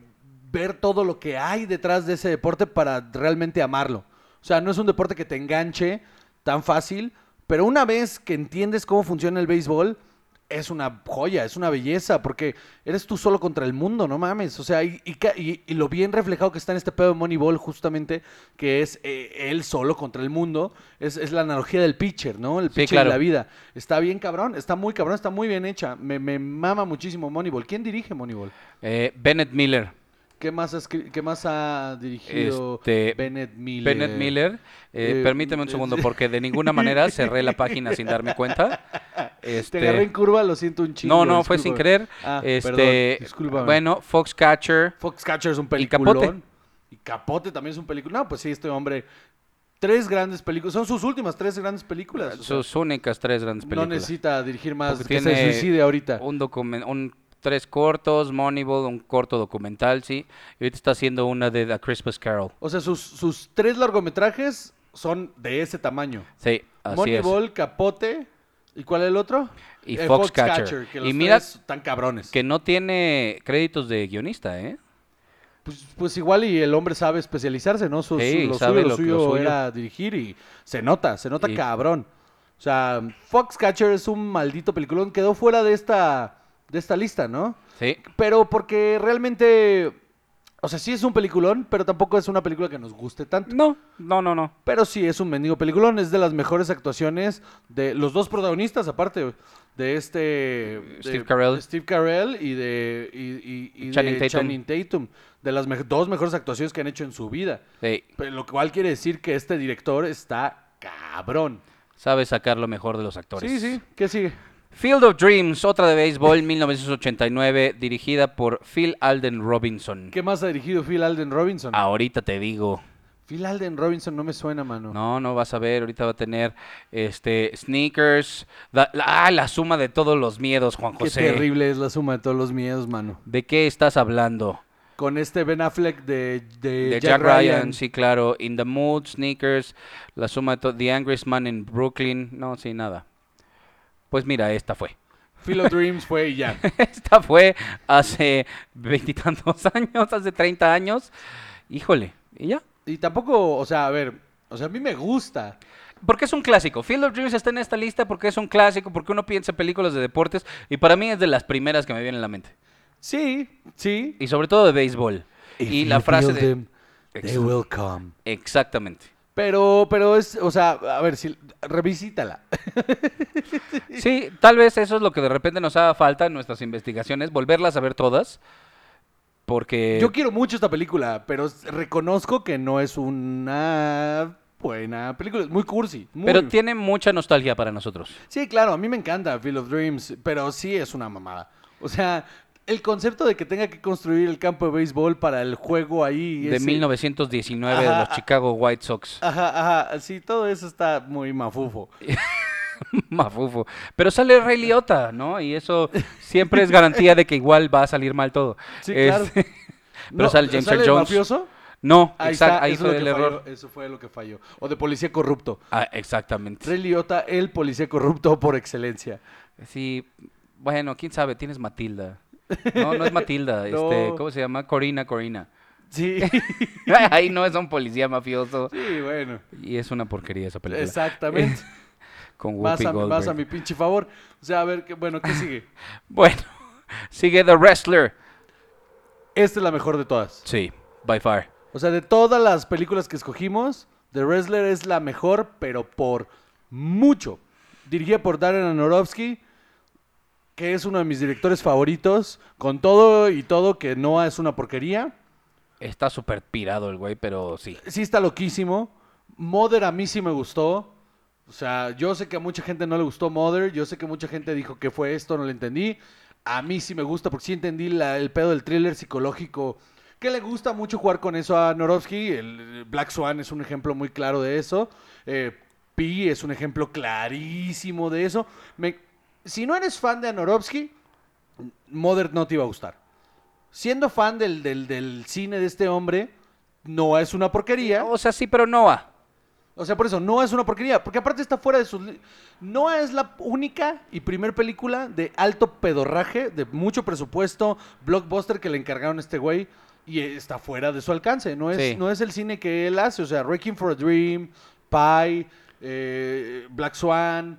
S1: ver todo lo que hay detrás de ese deporte para realmente amarlo. O sea, no es un deporte que te enganche tan fácil, pero una vez que entiendes cómo funciona el béisbol, es una joya, es una belleza, porque eres tú solo contra el mundo, no mames. O sea, y, y ca- y- y lo bien reflejado que está en este pedo de Moneyball, justamente, que es eh, él solo contra el mundo, es, es la analogía del pitcher, ¿no? El
S2: Sí,
S1: pitcher y
S2: claro.
S1: la vida. Está bien cabrón, está muy cabrón, está muy bien hecha. Me, me mama muchísimo Moneyball. ¿Quién dirige Moneyball?
S2: Eh, Bennett Miller.
S1: ¿Qué más, ha escri- qué más ha dirigido
S2: Este,
S1: Bennett Miller?
S2: Bennett Miller,
S1: eh,
S2: eh, permíteme un
S1: eh,
S2: segundo
S1: sí.
S2: porque de ninguna manera cerré la página sin darme cuenta.
S1: Te agarré en
S2: Este,
S1: curva, lo siento un chingo.
S2: no, no, fue sin
S1: discúlpame.
S2: querer.
S1: Ah,
S2: este,
S1: perdón, discúlpame.
S2: bueno, Foxcatcher.
S1: Foxcatcher es un
S2: Y
S1: peliculón.
S2: Capote.
S1: Y Capote también es un película. No, pues sí, este hombre. Tres grandes películas. Son sus últimas tres grandes películas. o sea,
S2: Sus únicas tres grandes
S1: no
S2: películas.
S1: necesita dirigir más.
S2: Porque
S1: que se
S2: tiene
S1: suicide ahorita.
S2: Un documen- un tres cortos, Moneyball, un corto documental, sí. Y ahorita está haciendo una de The Christmas Carol.
S1: O sea, sus, sus tres largometrajes son de ese tamaño.
S2: Sí, así
S1: Moneyball, Capote. ¿Y cuál es el otro? Eh,
S2: Y Foxcatcher.
S1: que
S2: Y
S1: los
S2: mira-
S1: tres están cabrones.
S2: es. Que no tiene créditos de guionista, ¿eh?
S1: Pues, pues igual y el hombre sabe especializarse, ¿no? Su, su-
S2: Sí,
S1: lo, suyo,
S2: sabe
S1: lo
S2: lo que-
S1: suyo
S2: lo suyo.
S1: era dirigir y se nota, se nota
S2: Y-
S1: cabrón. O sea, Foxcatcher es un maldito peliculón, quedó fuera de esta, de esta lista, ¿no?
S2: Sí.
S1: Pero porque realmente, o sea, sí es un peliculón, pero tampoco es una película que nos guste tanto.
S2: No, no, no, no.
S1: Pero sí es un mendigo peliculón, es de las mejores actuaciones de los dos protagonistas, aparte de este... de
S2: Steve Carell.
S1: Steve Carell y de, y, y- y de
S2: Channing Tatum.
S1: Channing Tatum. De las me- dos mejores actuaciones que han hecho en su vida.
S2: Sí.
S1: Pero lo cual quiere decir que este director está cabrón.
S2: Sabe sacar lo mejor de los actores.
S1: ¿Qué sigue?
S2: Field of Dreams, otra de béisbol, 1989, dirigida por Phil Alden Robinson.
S1: ¿Qué más ha dirigido Phil Alden Robinson?
S2: Ahorita te digo.
S1: Phil Alden Robinson no me suena, mano.
S2: No, no vas a ver, ahorita va a tener este sneakers, da- la, ah, la suma de todos los miedos, Juan
S1: Qué
S2: José.
S1: terrible es la suma de todos los miedos, mano.
S2: ¿De qué estás hablando?
S1: Con este Ben Affleck de, de,
S2: De Jack, Ryan. sí, claro. In the Mood, Sneakers, la suma de todo. The Angriest Man in Brooklyn. No, sí, nada. Pues mira, esta fue.
S1: Phil of Dreams fue y ya.
S2: Esta fue hace veintitantos años, hace 30 años. Híjole, y ya.
S1: Y tampoco, o sea, a ver, o sea, a mí me gusta.
S2: Porque es un clásico. Field of Dreams está en esta lista porque es un clásico, porque uno piensa en películas de deportes y para mí es de las primeras que me vienen a la mente.
S1: Sí, sí.
S2: Y sobre todo de béisbol. y la frase de... Ex-
S1: will come.
S2: Exactamente.
S1: Pero, pero es, o sea, a ver, si revisítala.
S2: Sí, tal vez eso es lo que de repente nos haga falta en nuestras investigaciones, volverlas a ver todas, porque...
S1: Yo quiero mucho esta película, pero s- reconozco que no es una buena película. Es muy cursi. muy-
S2: Pero tiene mucha nostalgia para nosotros.
S1: Sí, claro, a mí me encanta Field of Dreams, pero sí es una mamada. O sea, el concepto de que tenga que construir el campo de béisbol para el juego ahí.
S2: De
S1: ese-
S2: 1919 de
S1: Ajá,
S2: los
S1: ah.
S2: Chicago White Sox.
S1: Ajá, ajá, sí, todo eso está muy mafufo.
S2: Mafufo. Pero sale Ray Liotta, ¿no? Y eso siempre es garantía de que igual va a salir mal todo.
S1: Sí,
S2: Es-
S1: claro.
S2: Pero sale James Earl
S1: de
S2: Jones.
S1: mafioso?
S2: No,
S1: Ahí
S2: exact-
S1: está,
S2: ahí
S1: eso,
S2: fue
S1: lo
S2: el
S1: que
S2: error.
S1: falló, eso fue lo que falló. O de policía corrupto.
S2: Ah, exactamente.
S1: Ray Liotta, el policía corrupto por excelencia.
S2: Sí, bueno, quién sabe, tienes Matilda. No, no es Matilda,
S1: No.
S2: este, ¿cómo se llama? Corina, Corina.
S1: Sí,
S2: Ahí no es un policía mafioso.
S1: sí, bueno.
S2: Y es una porquería esa película.
S1: Exactamente.
S2: con
S1: Más
S2: Whoopi
S1: a, más a
S2: Goldberg.
S1: mi pinche favor. O sea, a ver, qué, bueno, ¿qué sigue?
S2: Bueno, sigue The Wrestler.
S1: Esta es la mejor de todas.
S2: Sí, by far.
S1: O sea, de todas las películas que escogimos, The Wrestler es la mejor, pero por mucho. Dirigida por Darren Aronofsky, que es uno de mis directores favoritos, con todo y todo que no es una porquería.
S2: Está súper pirado el güey, pero sí.
S1: Sí está loquísimo. Mother a mí sí me gustó. O sea, yo sé que a mucha gente no le gustó Mother, yo sé que mucha gente dijo que fue esto, no lo entendí. A mí sí me gusta porque sí entendí la- el pedo del thriller psicológico. Que le gusta mucho jugar con eso a Norovsky. El, el Black Swan es un ejemplo muy claro de eso. Eh, Pi es un ejemplo clarísimo de eso. Me- si no eres fan de Norovsky, Mother no te iba a gustar. Siendo fan del, del- del cine de este hombre, no es una porquería.
S2: O sea, sí, pero no va.
S1: O sea, por eso, no es una porquería. Porque aparte está fuera de sus... li- No es la única y primer película de alto pedorraje, de mucho presupuesto, blockbuster que le encargaron a este güey. Y eh, está fuera de su alcance. No es,
S2: Sí.
S1: no es el cine que él hace. O sea, Wrecking for a Dream, Pie, eh, Black Swan,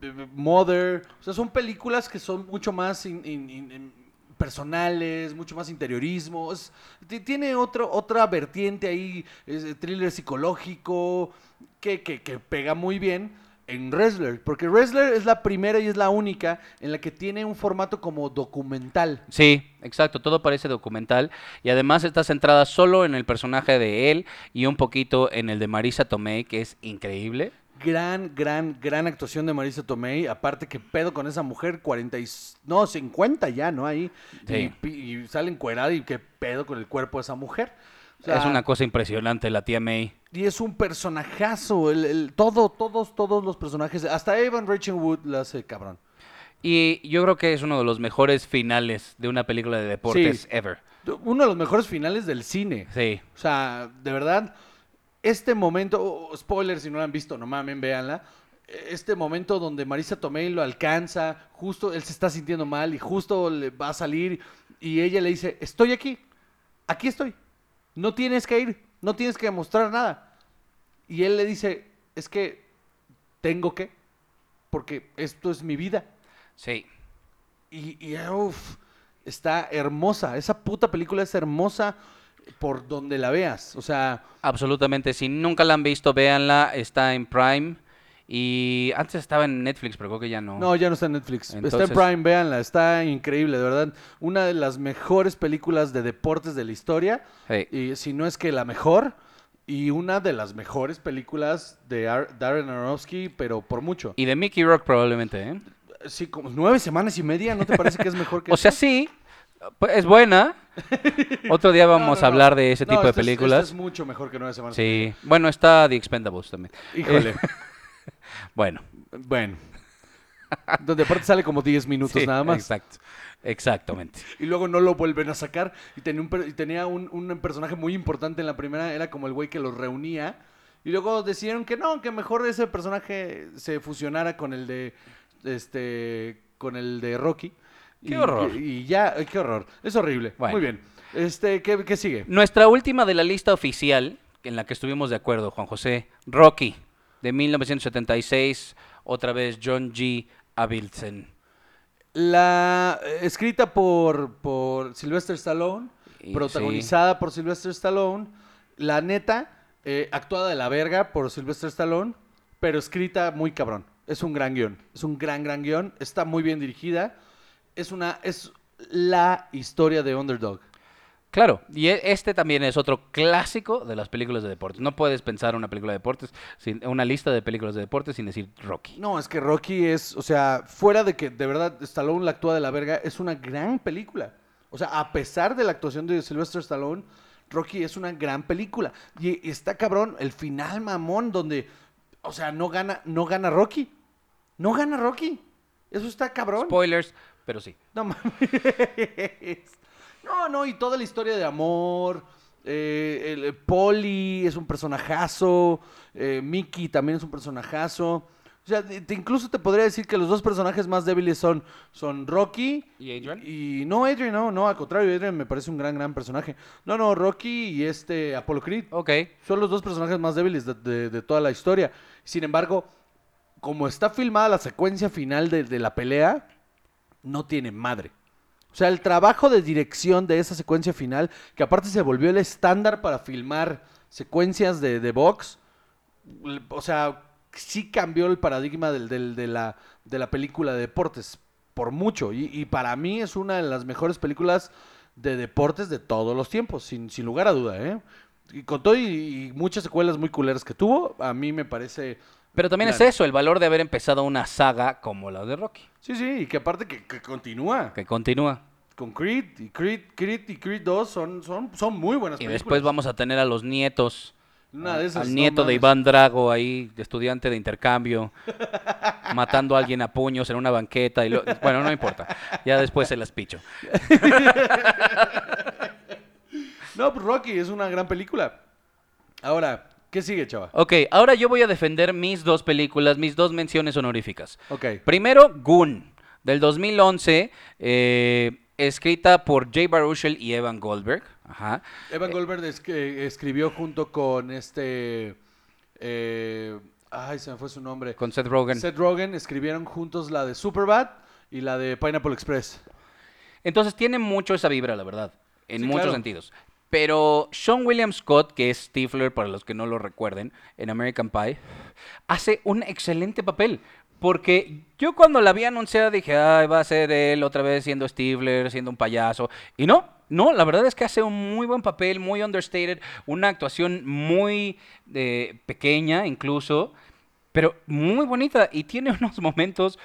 S1: eh, Mother. O sea, son películas que son mucho más in- in- in- in- personales, mucho más interiorismo. Es- ti- tiene otro, otra vertiente ahí, es, eh, thriller psicológico, que, que- que pega muy bien en Wrestler. Porque Wrestler es la primera y es la única en la que tiene un formato como documental.
S2: Sí, exacto, todo parece documental y además está centrada solo en el personaje de él y un poquito en el de Marisa Tomei, que es increíble.
S1: Gran, gran, gran actuación de Marisa Tomei. Aparte que pedo con esa mujer, 40 y... s- No, 50 ya, ¿no? Ahí.
S2: Sí.
S1: Y pi- Y, sale encuerada y qué pedo con el cuerpo de esa mujer. O sea,
S2: es una cosa impresionante la tía May.
S1: Y es un personajazo. El, el- todo, todos, todos los personajes. Hasta Evan Rachel Wood la hace cabrón.
S2: Y yo creo que es uno de los mejores finales de una película de deportes
S1: Sí.
S2: ever.
S1: Uno de los mejores finales del cine.
S2: Sí.
S1: O sea, de verdad, este momento, oh, spoiler si no lo han visto, no mamen, véanla. Este momento donde Marisa Tomei lo alcanza, justo él se está sintiendo mal y justo le va a salir y ella le dice, estoy aquí, aquí estoy, no tienes que ir, no tienes que demostrar nada. Y él le dice, es que tengo que, porque esto es mi vida.
S2: Sí.
S1: Y, y, uf, está hermosa, esa puta película es hermosa por donde la veas. O sea,
S2: Absolutamente. Si nunca la han visto, véanla. Está en Prime. Y antes estaba en Netflix, pero creo que ya no.
S1: No, ya no está en Netflix.
S2: Entonces-
S1: Está en Prime, véanla. Está increíble, de verdad. Una de las mejores películas de deportes de la historia.
S2: Sí.
S1: Y si no es que la mejor. Y una de las mejores películas de Ar- Darren Aronofsky, pero por mucho.
S2: Y de Mickey Rock probablemente, ¿eh?
S1: Sí, como nueve semanas y media, ¿no te parece que es mejor que
S2: O sea, sí. pues, Es buena. Otro día
S1: No,
S2: vamos
S1: no,
S2: a
S1: no.
S2: hablar de ese
S1: No,
S2: tipo de
S1: esta es- esta
S2: películas.
S1: es mucho mejor que nueve semanas. y
S2: Sí. Bueno, está The Expendables también.
S1: media. Híjole.
S2: Bueno.
S1: bueno. Donde aparte sale como 10 minutos
S2: sí,
S1: nada más.
S2: Exacto. Exactamente.
S1: Y luego no lo vuelven a sacar. Y tenía un, per- y tenía un, un personaje muy importante en la primera. Era como el güey que los reunía. Y luego decidieron que no, que mejor ese personaje se fusionara con el de. Este. Con el de Rocky.
S2: Qué
S1: Y-
S2: horror.
S1: Y, ya, ay, qué horror. Es horrible.
S2: Bueno.
S1: Muy bien. Este, ¿qué, qué sigue?
S2: Nuestra última de la lista oficial, en la que estuvimos de acuerdo, Juan José, Rocky, de 1976, otra vez John G. Avildsen.
S1: La eh, escrita por, por Sylvester Stallone,
S2: Y-
S1: protagonizada por Sylvester Stallone, la neta, eh, actuada de la verga por Sylvester Stallone, pero escrita muy cabrón. Es un gran guión, es un gran, gran guión, está muy bien dirigida, es una, es la historia de Underdog.
S2: Claro, y e- este también es otro clásico de las películas de deportes. No puedes pensar una película de deportes, sin, una lista de películas de deportes sin decir Rocky.
S1: No, es que Rocky es, o sea, fuera de que de verdad Stallone la actúa de la verga, es una gran película. O sea, a pesar de la actuación de Sylvester Stallone, Rocky es una gran película. Y, y está cabrón el final mamón donde, o sea, no gana, no gana Rocky. No gana Rocky. Eso está cabrón.
S2: Spoilers, pero sí.
S1: No mames. No, no, y toda la historia de amor. eh, el, el Polly es un personajazo. eh, Mickey también es un personajazo. O sea, de- te- incluso te podría decir que los dos personajes más débiles son, son Rocky.
S2: ¿Y Adrian?
S1: Y no, Adrian, no, no, al contrario, Adrian me parece un gran, gran personaje. No, no, Rocky y este Apollo Creed.
S2: Ok.
S1: Son los dos personajes más débiles de, de- de toda la historia. Sin embargo, como está filmada la secuencia final de, de la pelea, no tiene madre. O sea, el trabajo de dirección de esa secuencia final, que aparte se volvió el estándar para filmar secuencias de, de box, l- o sea, sí cambió el paradigma del- del- de, la, de la película de deportes, por mucho. Y, y para mí es una de las mejores películas de deportes de todos los tiempos, sin, sin lugar a duda, ¿eh? Y con todo y, y muchas secuelas muy culeras que tuvo, a mí me parece...
S2: Pero también
S1: Claro.
S2: es eso, el valor de haber empezado una saga como la de Rocky,
S1: Sí, sí, y que aparte que, que continúa.
S2: que continúa.
S1: con Creed y Creed, Creed y Creed 2 son, son, son muy buenas
S2: Y
S1: películas.
S2: después vamos a tener a los nietos.
S1: Una de esas,
S2: al
S1: no
S2: nieto de
S1: mames.
S2: Iván Drago ahí, estudiante de intercambio, matando a alguien a puños en una banqueta. Y lo- Bueno, no importa. Ya después se las picho.
S1: No, pues Rocky es una gran película. Ahora, ¿qué sigue, chava?
S2: Ok, ahora yo voy a defender mis dos películas, mis dos menciones honoríficas.
S1: Ok.
S2: Primero, Goon, del 2011, eh, escrita por Jay Baruchel y Evan Goldberg. Ajá.
S1: Evan Goldberg es- eh, escribió junto con este... eh, ay, se me fue su nombre.
S2: Con Seth Rogen.
S1: Seth Rogen escribieron juntos la de Superbad y la de Pineapple Express.
S2: Entonces tiene mucho esa vibra, la verdad, en
S1: Sí,
S2: muchos
S1: claro.
S2: sentidos. Pero Sean William Scott, que es Stifler, para los que no lo recuerden, en American Pie, hace un excelente papel. Porque yo cuando la vi anunciada dije, ay, va a ser él otra vez siendo Stifler, siendo un payaso. Y no, no, la verdad es que hace un muy buen papel, muy understated, una actuación muy eh, pequeña incluso pero muy bonita y tiene unos momentos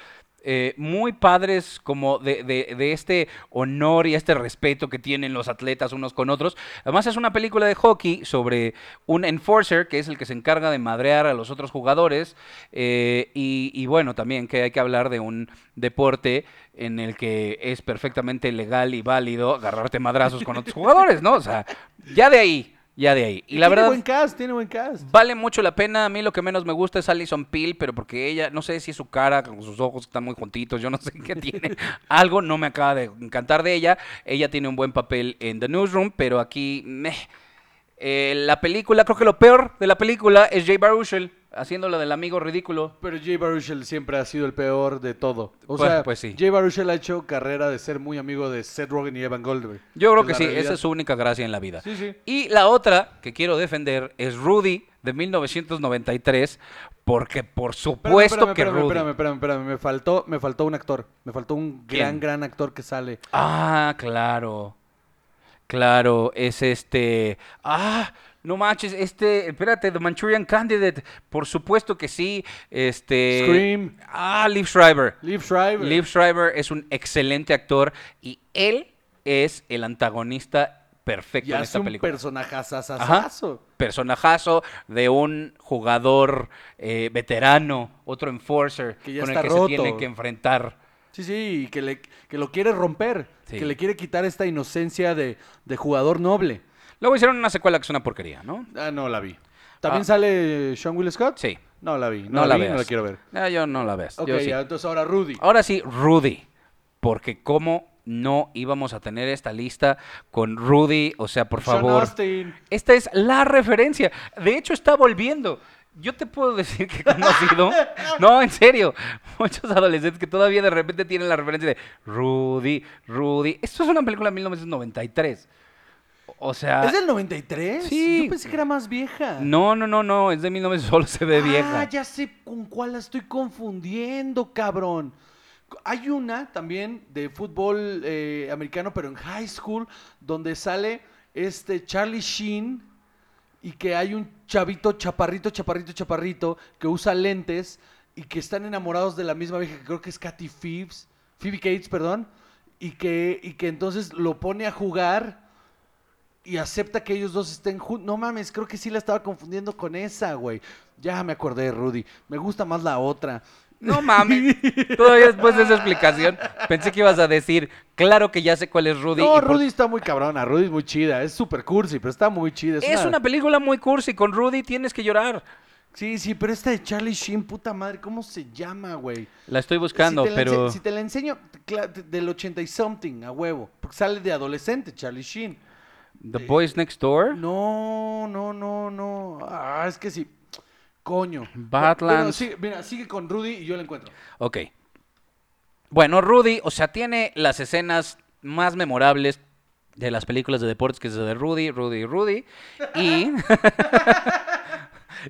S2: eh, muy padres como de, de- de este honor y este respeto que tienen los atletas unos con otros. Además es una película de hockey sobre un enforcer que es el que se encarga de madrear a los otros jugadores eh, y, y bueno, también que hay que hablar de un deporte en el que es perfectamente legal y válido agarrarte madrazos con otros jugadores, ¿no? O sea, ya de ahí, ya de ahí. Y la
S1: tiene
S2: verdad...
S1: buen cast, tiene buen cast.
S2: Vale mucho la pena. A mí lo que menos me gusta es Alison Peel, pero porque ella, no sé si es su cara, con sus ojos que están muy juntitos, yo no sé qué tiene. Algo no me acaba de encantar de ella. Ella tiene un buen papel en The Newsroom, pero aquí, meh. Eh, la película, creo que lo peor de la película es Jay Baruchel haciéndola del amigo ridículo.
S1: Pero Jay Baruchel siempre ha sido el peor de todo. O
S2: Pues-
S1: sea,
S2: pues sí.
S1: Jay Baruchel ha hecho carrera de ser muy amigo de Seth Rogen y Evan Goldberg.
S2: Yo creo
S1: Es
S2: que
S1: la
S2: sí,
S1: realidad.
S2: esa es su única gracia en la vida.
S1: Sí, sí.
S2: Y la otra que quiero defender es Rudy de 1993, porque por
S1: Espérame,
S2: supuesto
S1: espérame,
S2: que
S1: espérame,
S2: Rudy.
S1: espérame, espérame, espérame. Me faltó, me faltó un actor. Me faltó un
S2: ¿Quién?
S1: gran, gran actor que sale.
S2: Ah, claro. Claro, es este. Ah, no manches, este. Espérate, The Manchurian Candidate. Por supuesto que sí. Este.
S1: Scream.
S2: Ah, Liv Schreiber.
S1: Liv Schreiber.
S2: Liv Schreiber es un excelente actor y él es el antagonista perfecto
S1: y
S2: en
S1: hace
S2: esta
S1: un
S2: película.
S1: personaje
S2: Ajá.
S1: asasazo.
S2: Personajazo de un jugador eh, veterano, otro enforcer,
S1: Que ya
S2: con el
S1: está
S2: que
S1: roto.
S2: se tiene que enfrentar.
S1: Sí, sí, y que, le, que lo quiere romper.
S2: Sí.
S1: Que le quiere quitar esta inocencia de, de jugador noble.
S2: Luego hicieron una secuela que es una porquería, ¿no?
S1: Ah, no la vi. ¿También
S2: Ah.
S1: sale Sean Will Scott?
S2: Sí.
S1: No la vi. No,
S2: No,
S1: la,
S2: la
S1: vi,
S2: veas.
S1: no la quiero ver.
S2: No, Ah, yo no la ves.
S1: Ok,
S2: yo sí. Oh,
S1: ya, entonces ahora Rudy.
S2: Ahora sí, Rudy. Porque cómo no íbamos a tener esta lista con Rudy, o sea, por
S1: Sean
S2: favor.
S1: Austin.
S2: Esta es la referencia. De hecho, está volviendo. Yo te puedo decir que he conocido, no, en serio, muchos adolescentes que todavía de repente tienen la referencia de Rudy, Rudy. Esto es una película de 1993. O sea,
S1: ¿Es del 93?
S2: Ah. Sí.
S1: Yo pensé que era más vieja.
S2: no, no, no, no, es de 1900, solo se ve vieja.
S1: Ah, ya sé con cuál la estoy confundiendo, cabrón. Hay una también de fútbol eh, americano, pero en high school, donde sale este Charlie Sheen y que hay un chavito, chaparrito, chaparrito, chaparrito, que usa lentes y que están enamorados de la misma vieja, que creo que es Katy Phoebes, Phoebe Cates, perdón, y que, y que entonces lo pone a jugar y acepta que ellos dos estén juntos. No mames, creo que sí la estaba confundiendo con esa, güey. Ya me acordé, Rudy. Me gusta más la otra.
S2: No mames. Todavía después de esa explicación, pensé que ibas a decir, claro que ya sé cuál es Rudy.
S1: no,
S2: y por-
S1: Rudy está muy cabrona. Rudy es muy chida. Es super cursi, pero está muy chida. Es,
S2: Es una película muy cursi, con Rudy tienes que llorar.
S1: Sí, sí, pero esta de Charlie Sheen, puta madre, ¿cómo se llama, güey?
S2: La estoy buscando,
S1: si te la
S2: pero...
S1: ense- si te la enseño, cla- del 80 y something, a huevo. Porque sale de adolescente, Charlie Sheen.
S2: The Boys Next Door.
S1: No, no, no, no. Ah, es que sí. Coño.
S2: Badlands.
S1: Bueno, sí, mira, sigue con Rudy y yo la encuentro.
S2: Ok. Bueno, Rudy, o sea, tiene las escenas más memorables de las películas de deportes, que es de Rudy, Rudy, Rudy. Y.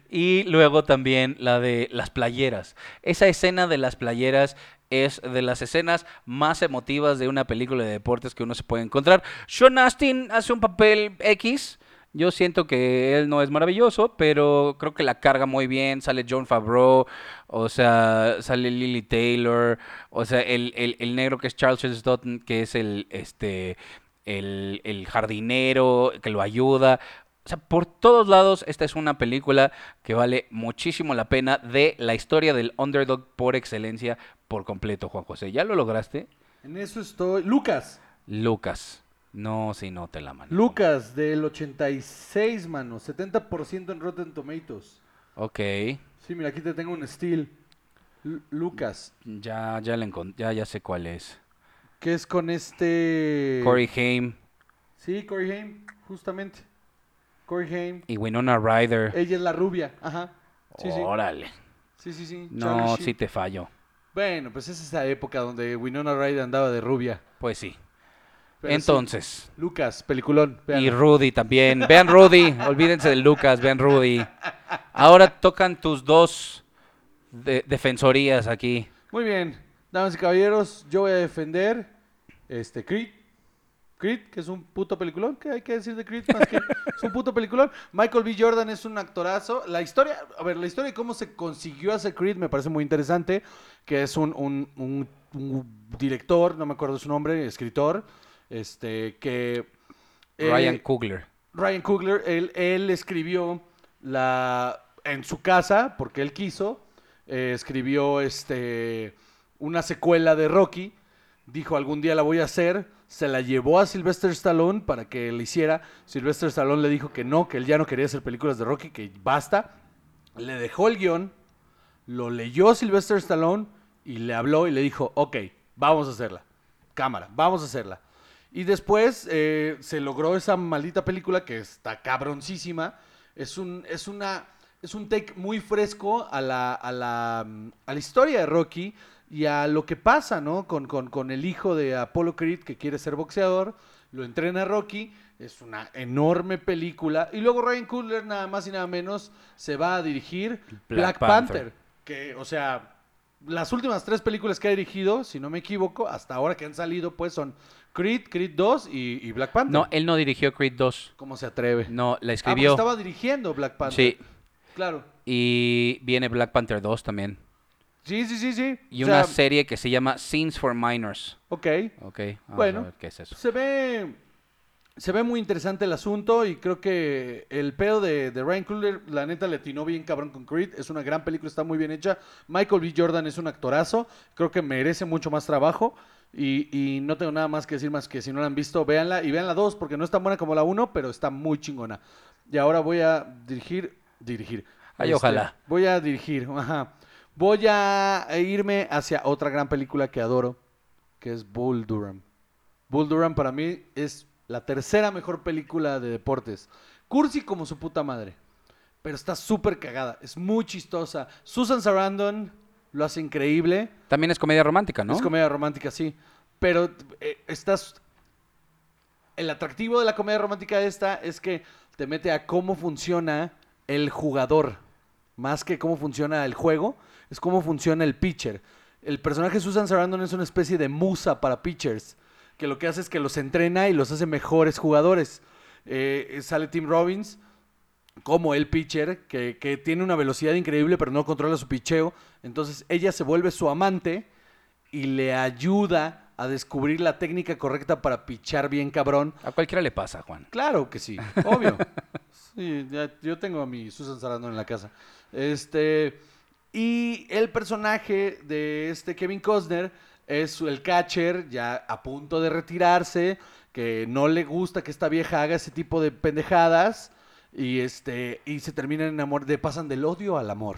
S2: y luego también la de las playeras. Esa escena de las playeras es de las escenas más emotivas de una película de deportes que uno se puede encontrar. Sean Astin hace un papel X. Yo siento que él no es maravilloso, pero creo que la carga muy bien. Sale John Favreau, o sea, sale Lily Taylor, o sea, el, el, el negro que es Charles Dutton, que es el, este, el, el jardinero que lo ayuda. O sea, por todos lados, esta es una película que vale muchísimo la pena de la historia del underdog por excelencia, por completo, Juan José. ¿Ya lo lograste?
S1: En eso estoy. Lucas.
S2: Lucas. No, si no te la mano.
S1: Lucas del 86, mano. 70% en Rotten Tomatoes.
S2: Ok.
S1: Sí, mira, aquí te tengo un steel. Lu- Lucas.
S2: Ya, ya, la encon- ya, ya sé cuál es.
S1: Que es con este.
S2: Corey Haim
S1: Sí, Corey Haim, justamente. Corey Haim.
S2: y Winona Ryder.
S1: Ella es la rubia. Ajá. Eh, Sí, sí.
S2: Órale.
S1: Sí, sí, sí.
S2: No,
S1: Charlie
S2: sí
S1: Sheen.
S2: te fallo.
S1: Bueno, pues es esa época donde Winona Ryder andaba de rubia.
S2: Pues sí.
S1: Pero
S2: Entonces.
S1: sí, Lucas, peliculón. véanlo.
S2: Y Rudy también. Vean Rudy. Olvídense de Lucas. Vean Rudy. Ahora tocan tus dos de- defensorías aquí.
S1: Muy bien, damas y caballeros, yo voy a defender este Creed. Creed, que es un puto peliculón, ¿qué hay que decir de Creed? Más que es un puto peliculón. Michael B. Jordan es un actorazo. La historia, a ver, la historia de cómo se consiguió hacer Creed me parece muy interesante, que es un, un- un- un director, no me acuerdo su nombre, escritor, este, que... eh,
S2: Ryan Coogler.
S1: Ryan Coogler, él, él escribió la en su casa, porque él quiso, eh, escribió este una secuela de Rocky, dijo algún día la voy a hacer, se la llevó a Sylvester Stallone para que la hiciera, Sylvester Stallone le dijo que no, que él ya no quería hacer películas de Rocky, que basta, le dejó el guión, lo leyó Sylvester Stallone y le habló y le dijo, ok, vamos a hacerla. Cámara, vamos a hacerla. Y después eh, se logró esa maldita película que está cabroncísima. Es un, es una, es un take muy fresco a la, a la, mm, a la historia de Rocky y a lo que pasa, ¿no? Con, con, con el hijo de Apollo Creed que quiere ser boxeador, lo entrena Rocky, es una enorme película. Y luego Ryan Coogler, nada más y nada menos, se va a dirigir Black,
S2: Black
S1: Panther.
S2: Panther.
S1: Que, o sea, las últimas tres películas que ha dirigido, si no me equivoco, hasta ahora que han salido, pues son Creed, Creed 2 y, y Black Panther.
S2: No, él no dirigió Creed 2.
S1: ¿Cómo se atreve?
S2: No, la
S1: Ah, porque
S2: escribió.
S1: estaba dirigiendo Black Panther.
S2: Sí.
S1: Claro.
S2: Y viene Black Panther 2 también.
S1: Sí, sí, sí, sí.
S2: Y
S1: O
S2: una
S1: sea,
S2: serie que se llama Scenes for Minors.
S1: Ok.
S2: Ok, vamos
S1: Bueno.
S2: a ver qué es eso.
S1: Se ve. Se ve muy interesante el asunto y creo que el pedo de, de Ryan Coogler, la neta, le atinó bien cabrón con Creed. Es una gran película, está muy bien hecha. Michael B. Jordan es un actorazo, creo que merece mucho más trabajo. Y, y no tengo nada más que decir más que si no la han visto, véanla y vean la 2 porque no es tan buena como la 1, pero está muy chingona. Y ahora voy a dirigir, dirigir. Este,
S2: Ay, ojalá.
S1: Voy a dirigir, ajá. Voy a irme hacia otra gran película que adoro, que es Bull Durham. Bull Durham para mí es la tercera mejor película de deportes. Cursi como su puta madre. Pero está súper cagada. Es muy chistosa. Susan Sarandon lo hace increíble.
S2: También es comedia romántica, ¿no?
S1: Es comedia romántica, sí. Pero eh, estás. El atractivo de la comedia romántica esta es que te mete a cómo funciona el jugador. Más que cómo funciona el juego, es cómo funciona el pitcher. El personaje Susan Sarandon es una especie de musa para pitchers. Que lo que hace es que los entrena y los hace mejores jugadores. Eh, sale Tim Robbins como el pitcher, que, que tiene una velocidad increíble, pero no controla su picheo. Entonces ella se vuelve su amante y le ayuda a descubrir la técnica correcta para pichar bien cabrón.
S2: A cualquiera le pasa, Juan.
S1: Claro que sí, obvio. Sí, ya- yo tengo a mi Susan Sarandon en la casa. Este y el personaje de este Kevin Costner es el catcher ya a punto de retirarse, que no le gusta que esta vieja haga ese tipo de pendejadas y este y se terminan enamor de pasan del odio al amor.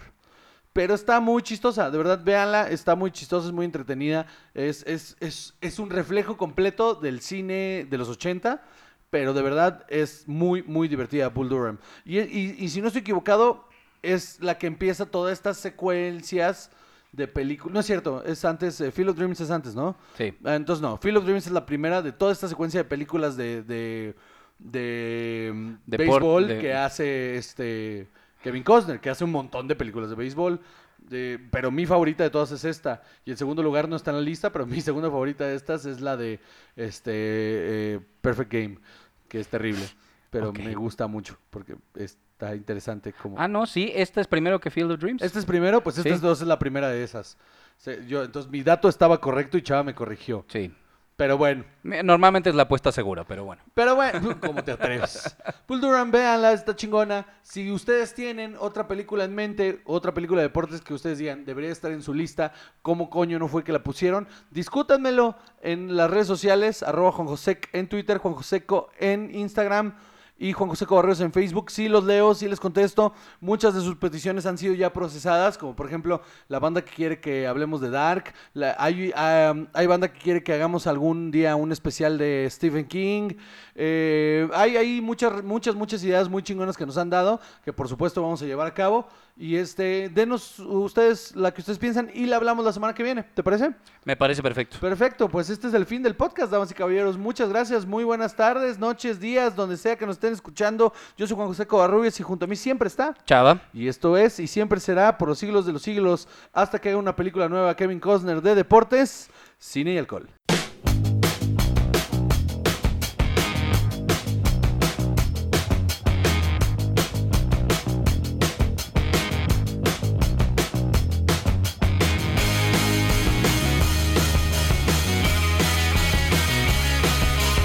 S1: Pero está muy chistosa, de verdad, véanla, está muy chistosa, es muy entretenida. Es, es, es, es un reflejo completo del cine de los 80, pero de verdad es muy, muy divertida Bull Durham. Y, y- y si no estoy equivocado, es la que empieza todas estas secuencias de películas. No es cierto, es antes, eh, Field of Dreams es antes, ¿no?
S2: Sí.
S1: Ah, Entonces no, Field of Dreams es la primera de toda esta secuencia de películas de, de, de, mm,
S2: De por-
S1: béisbol
S2: de-
S1: que hace este Kevin Costner, que hace un montón de películas de béisbol. de- pero mi favorita de todas es esta. Y en segundo lugar no está en la lista, pero mi segunda favorita de estas es la de este eh, Perfect Game, que es terrible. Pero
S2: Ok.
S1: me gusta mucho porque está interesante como...
S2: Ah, no, sí, esta es primero que Field of Dreams.
S1: Este es primero, pues esta
S2: Sí.
S1: es, dos, es la primera de esas. Se- yo, entonces mi dato estaba correcto y Chava me corrigió.
S2: Sí.
S1: Pero bueno,
S2: Me- Normalmente es la apuesta segura, pero bueno.
S1: pero bueno, ¿cómo te atreves? Bull Durham, véanla, está chingona. Si ustedes tienen otra película en mente, otra película de deportes que ustedes digan, debería estar en su lista, ¿cómo coño no fue que la pusieron? Discútanmelo en las redes sociales, arroba Juan Josec en Twitter, Juan Joseco en Instagram y Juan José Cobarrios en Facebook. Sí los leo, sí les contesto. Muchas de sus peticiones han sido ya procesadas, como por ejemplo la banda que quiere que hablemos de Dark. la- hay, am, hay banda que quiere que hagamos algún día un especial de Stephen King. eh, hay hay muchas, muchas, muchas ideas muy chingonas que nos han dado, que por supuesto vamos a llevar a cabo. Y este, denos ustedes la que ustedes piensan y la hablamos la semana que viene, ¿te parece?
S2: Me parece perfecto.
S1: Perfecto, pues este es el fin del podcast, damas y caballeros. Muchas gracias, muy buenas tardes, noches, días, donde sea que nos estén escuchando. Yo soy Juan José Covarrubias y junto a mí siempre está.
S2: Chava.
S1: Y esto es y siempre será por los siglos de los siglos hasta que haya una película nueva Kevin Costner de deportes, cine y alcohol.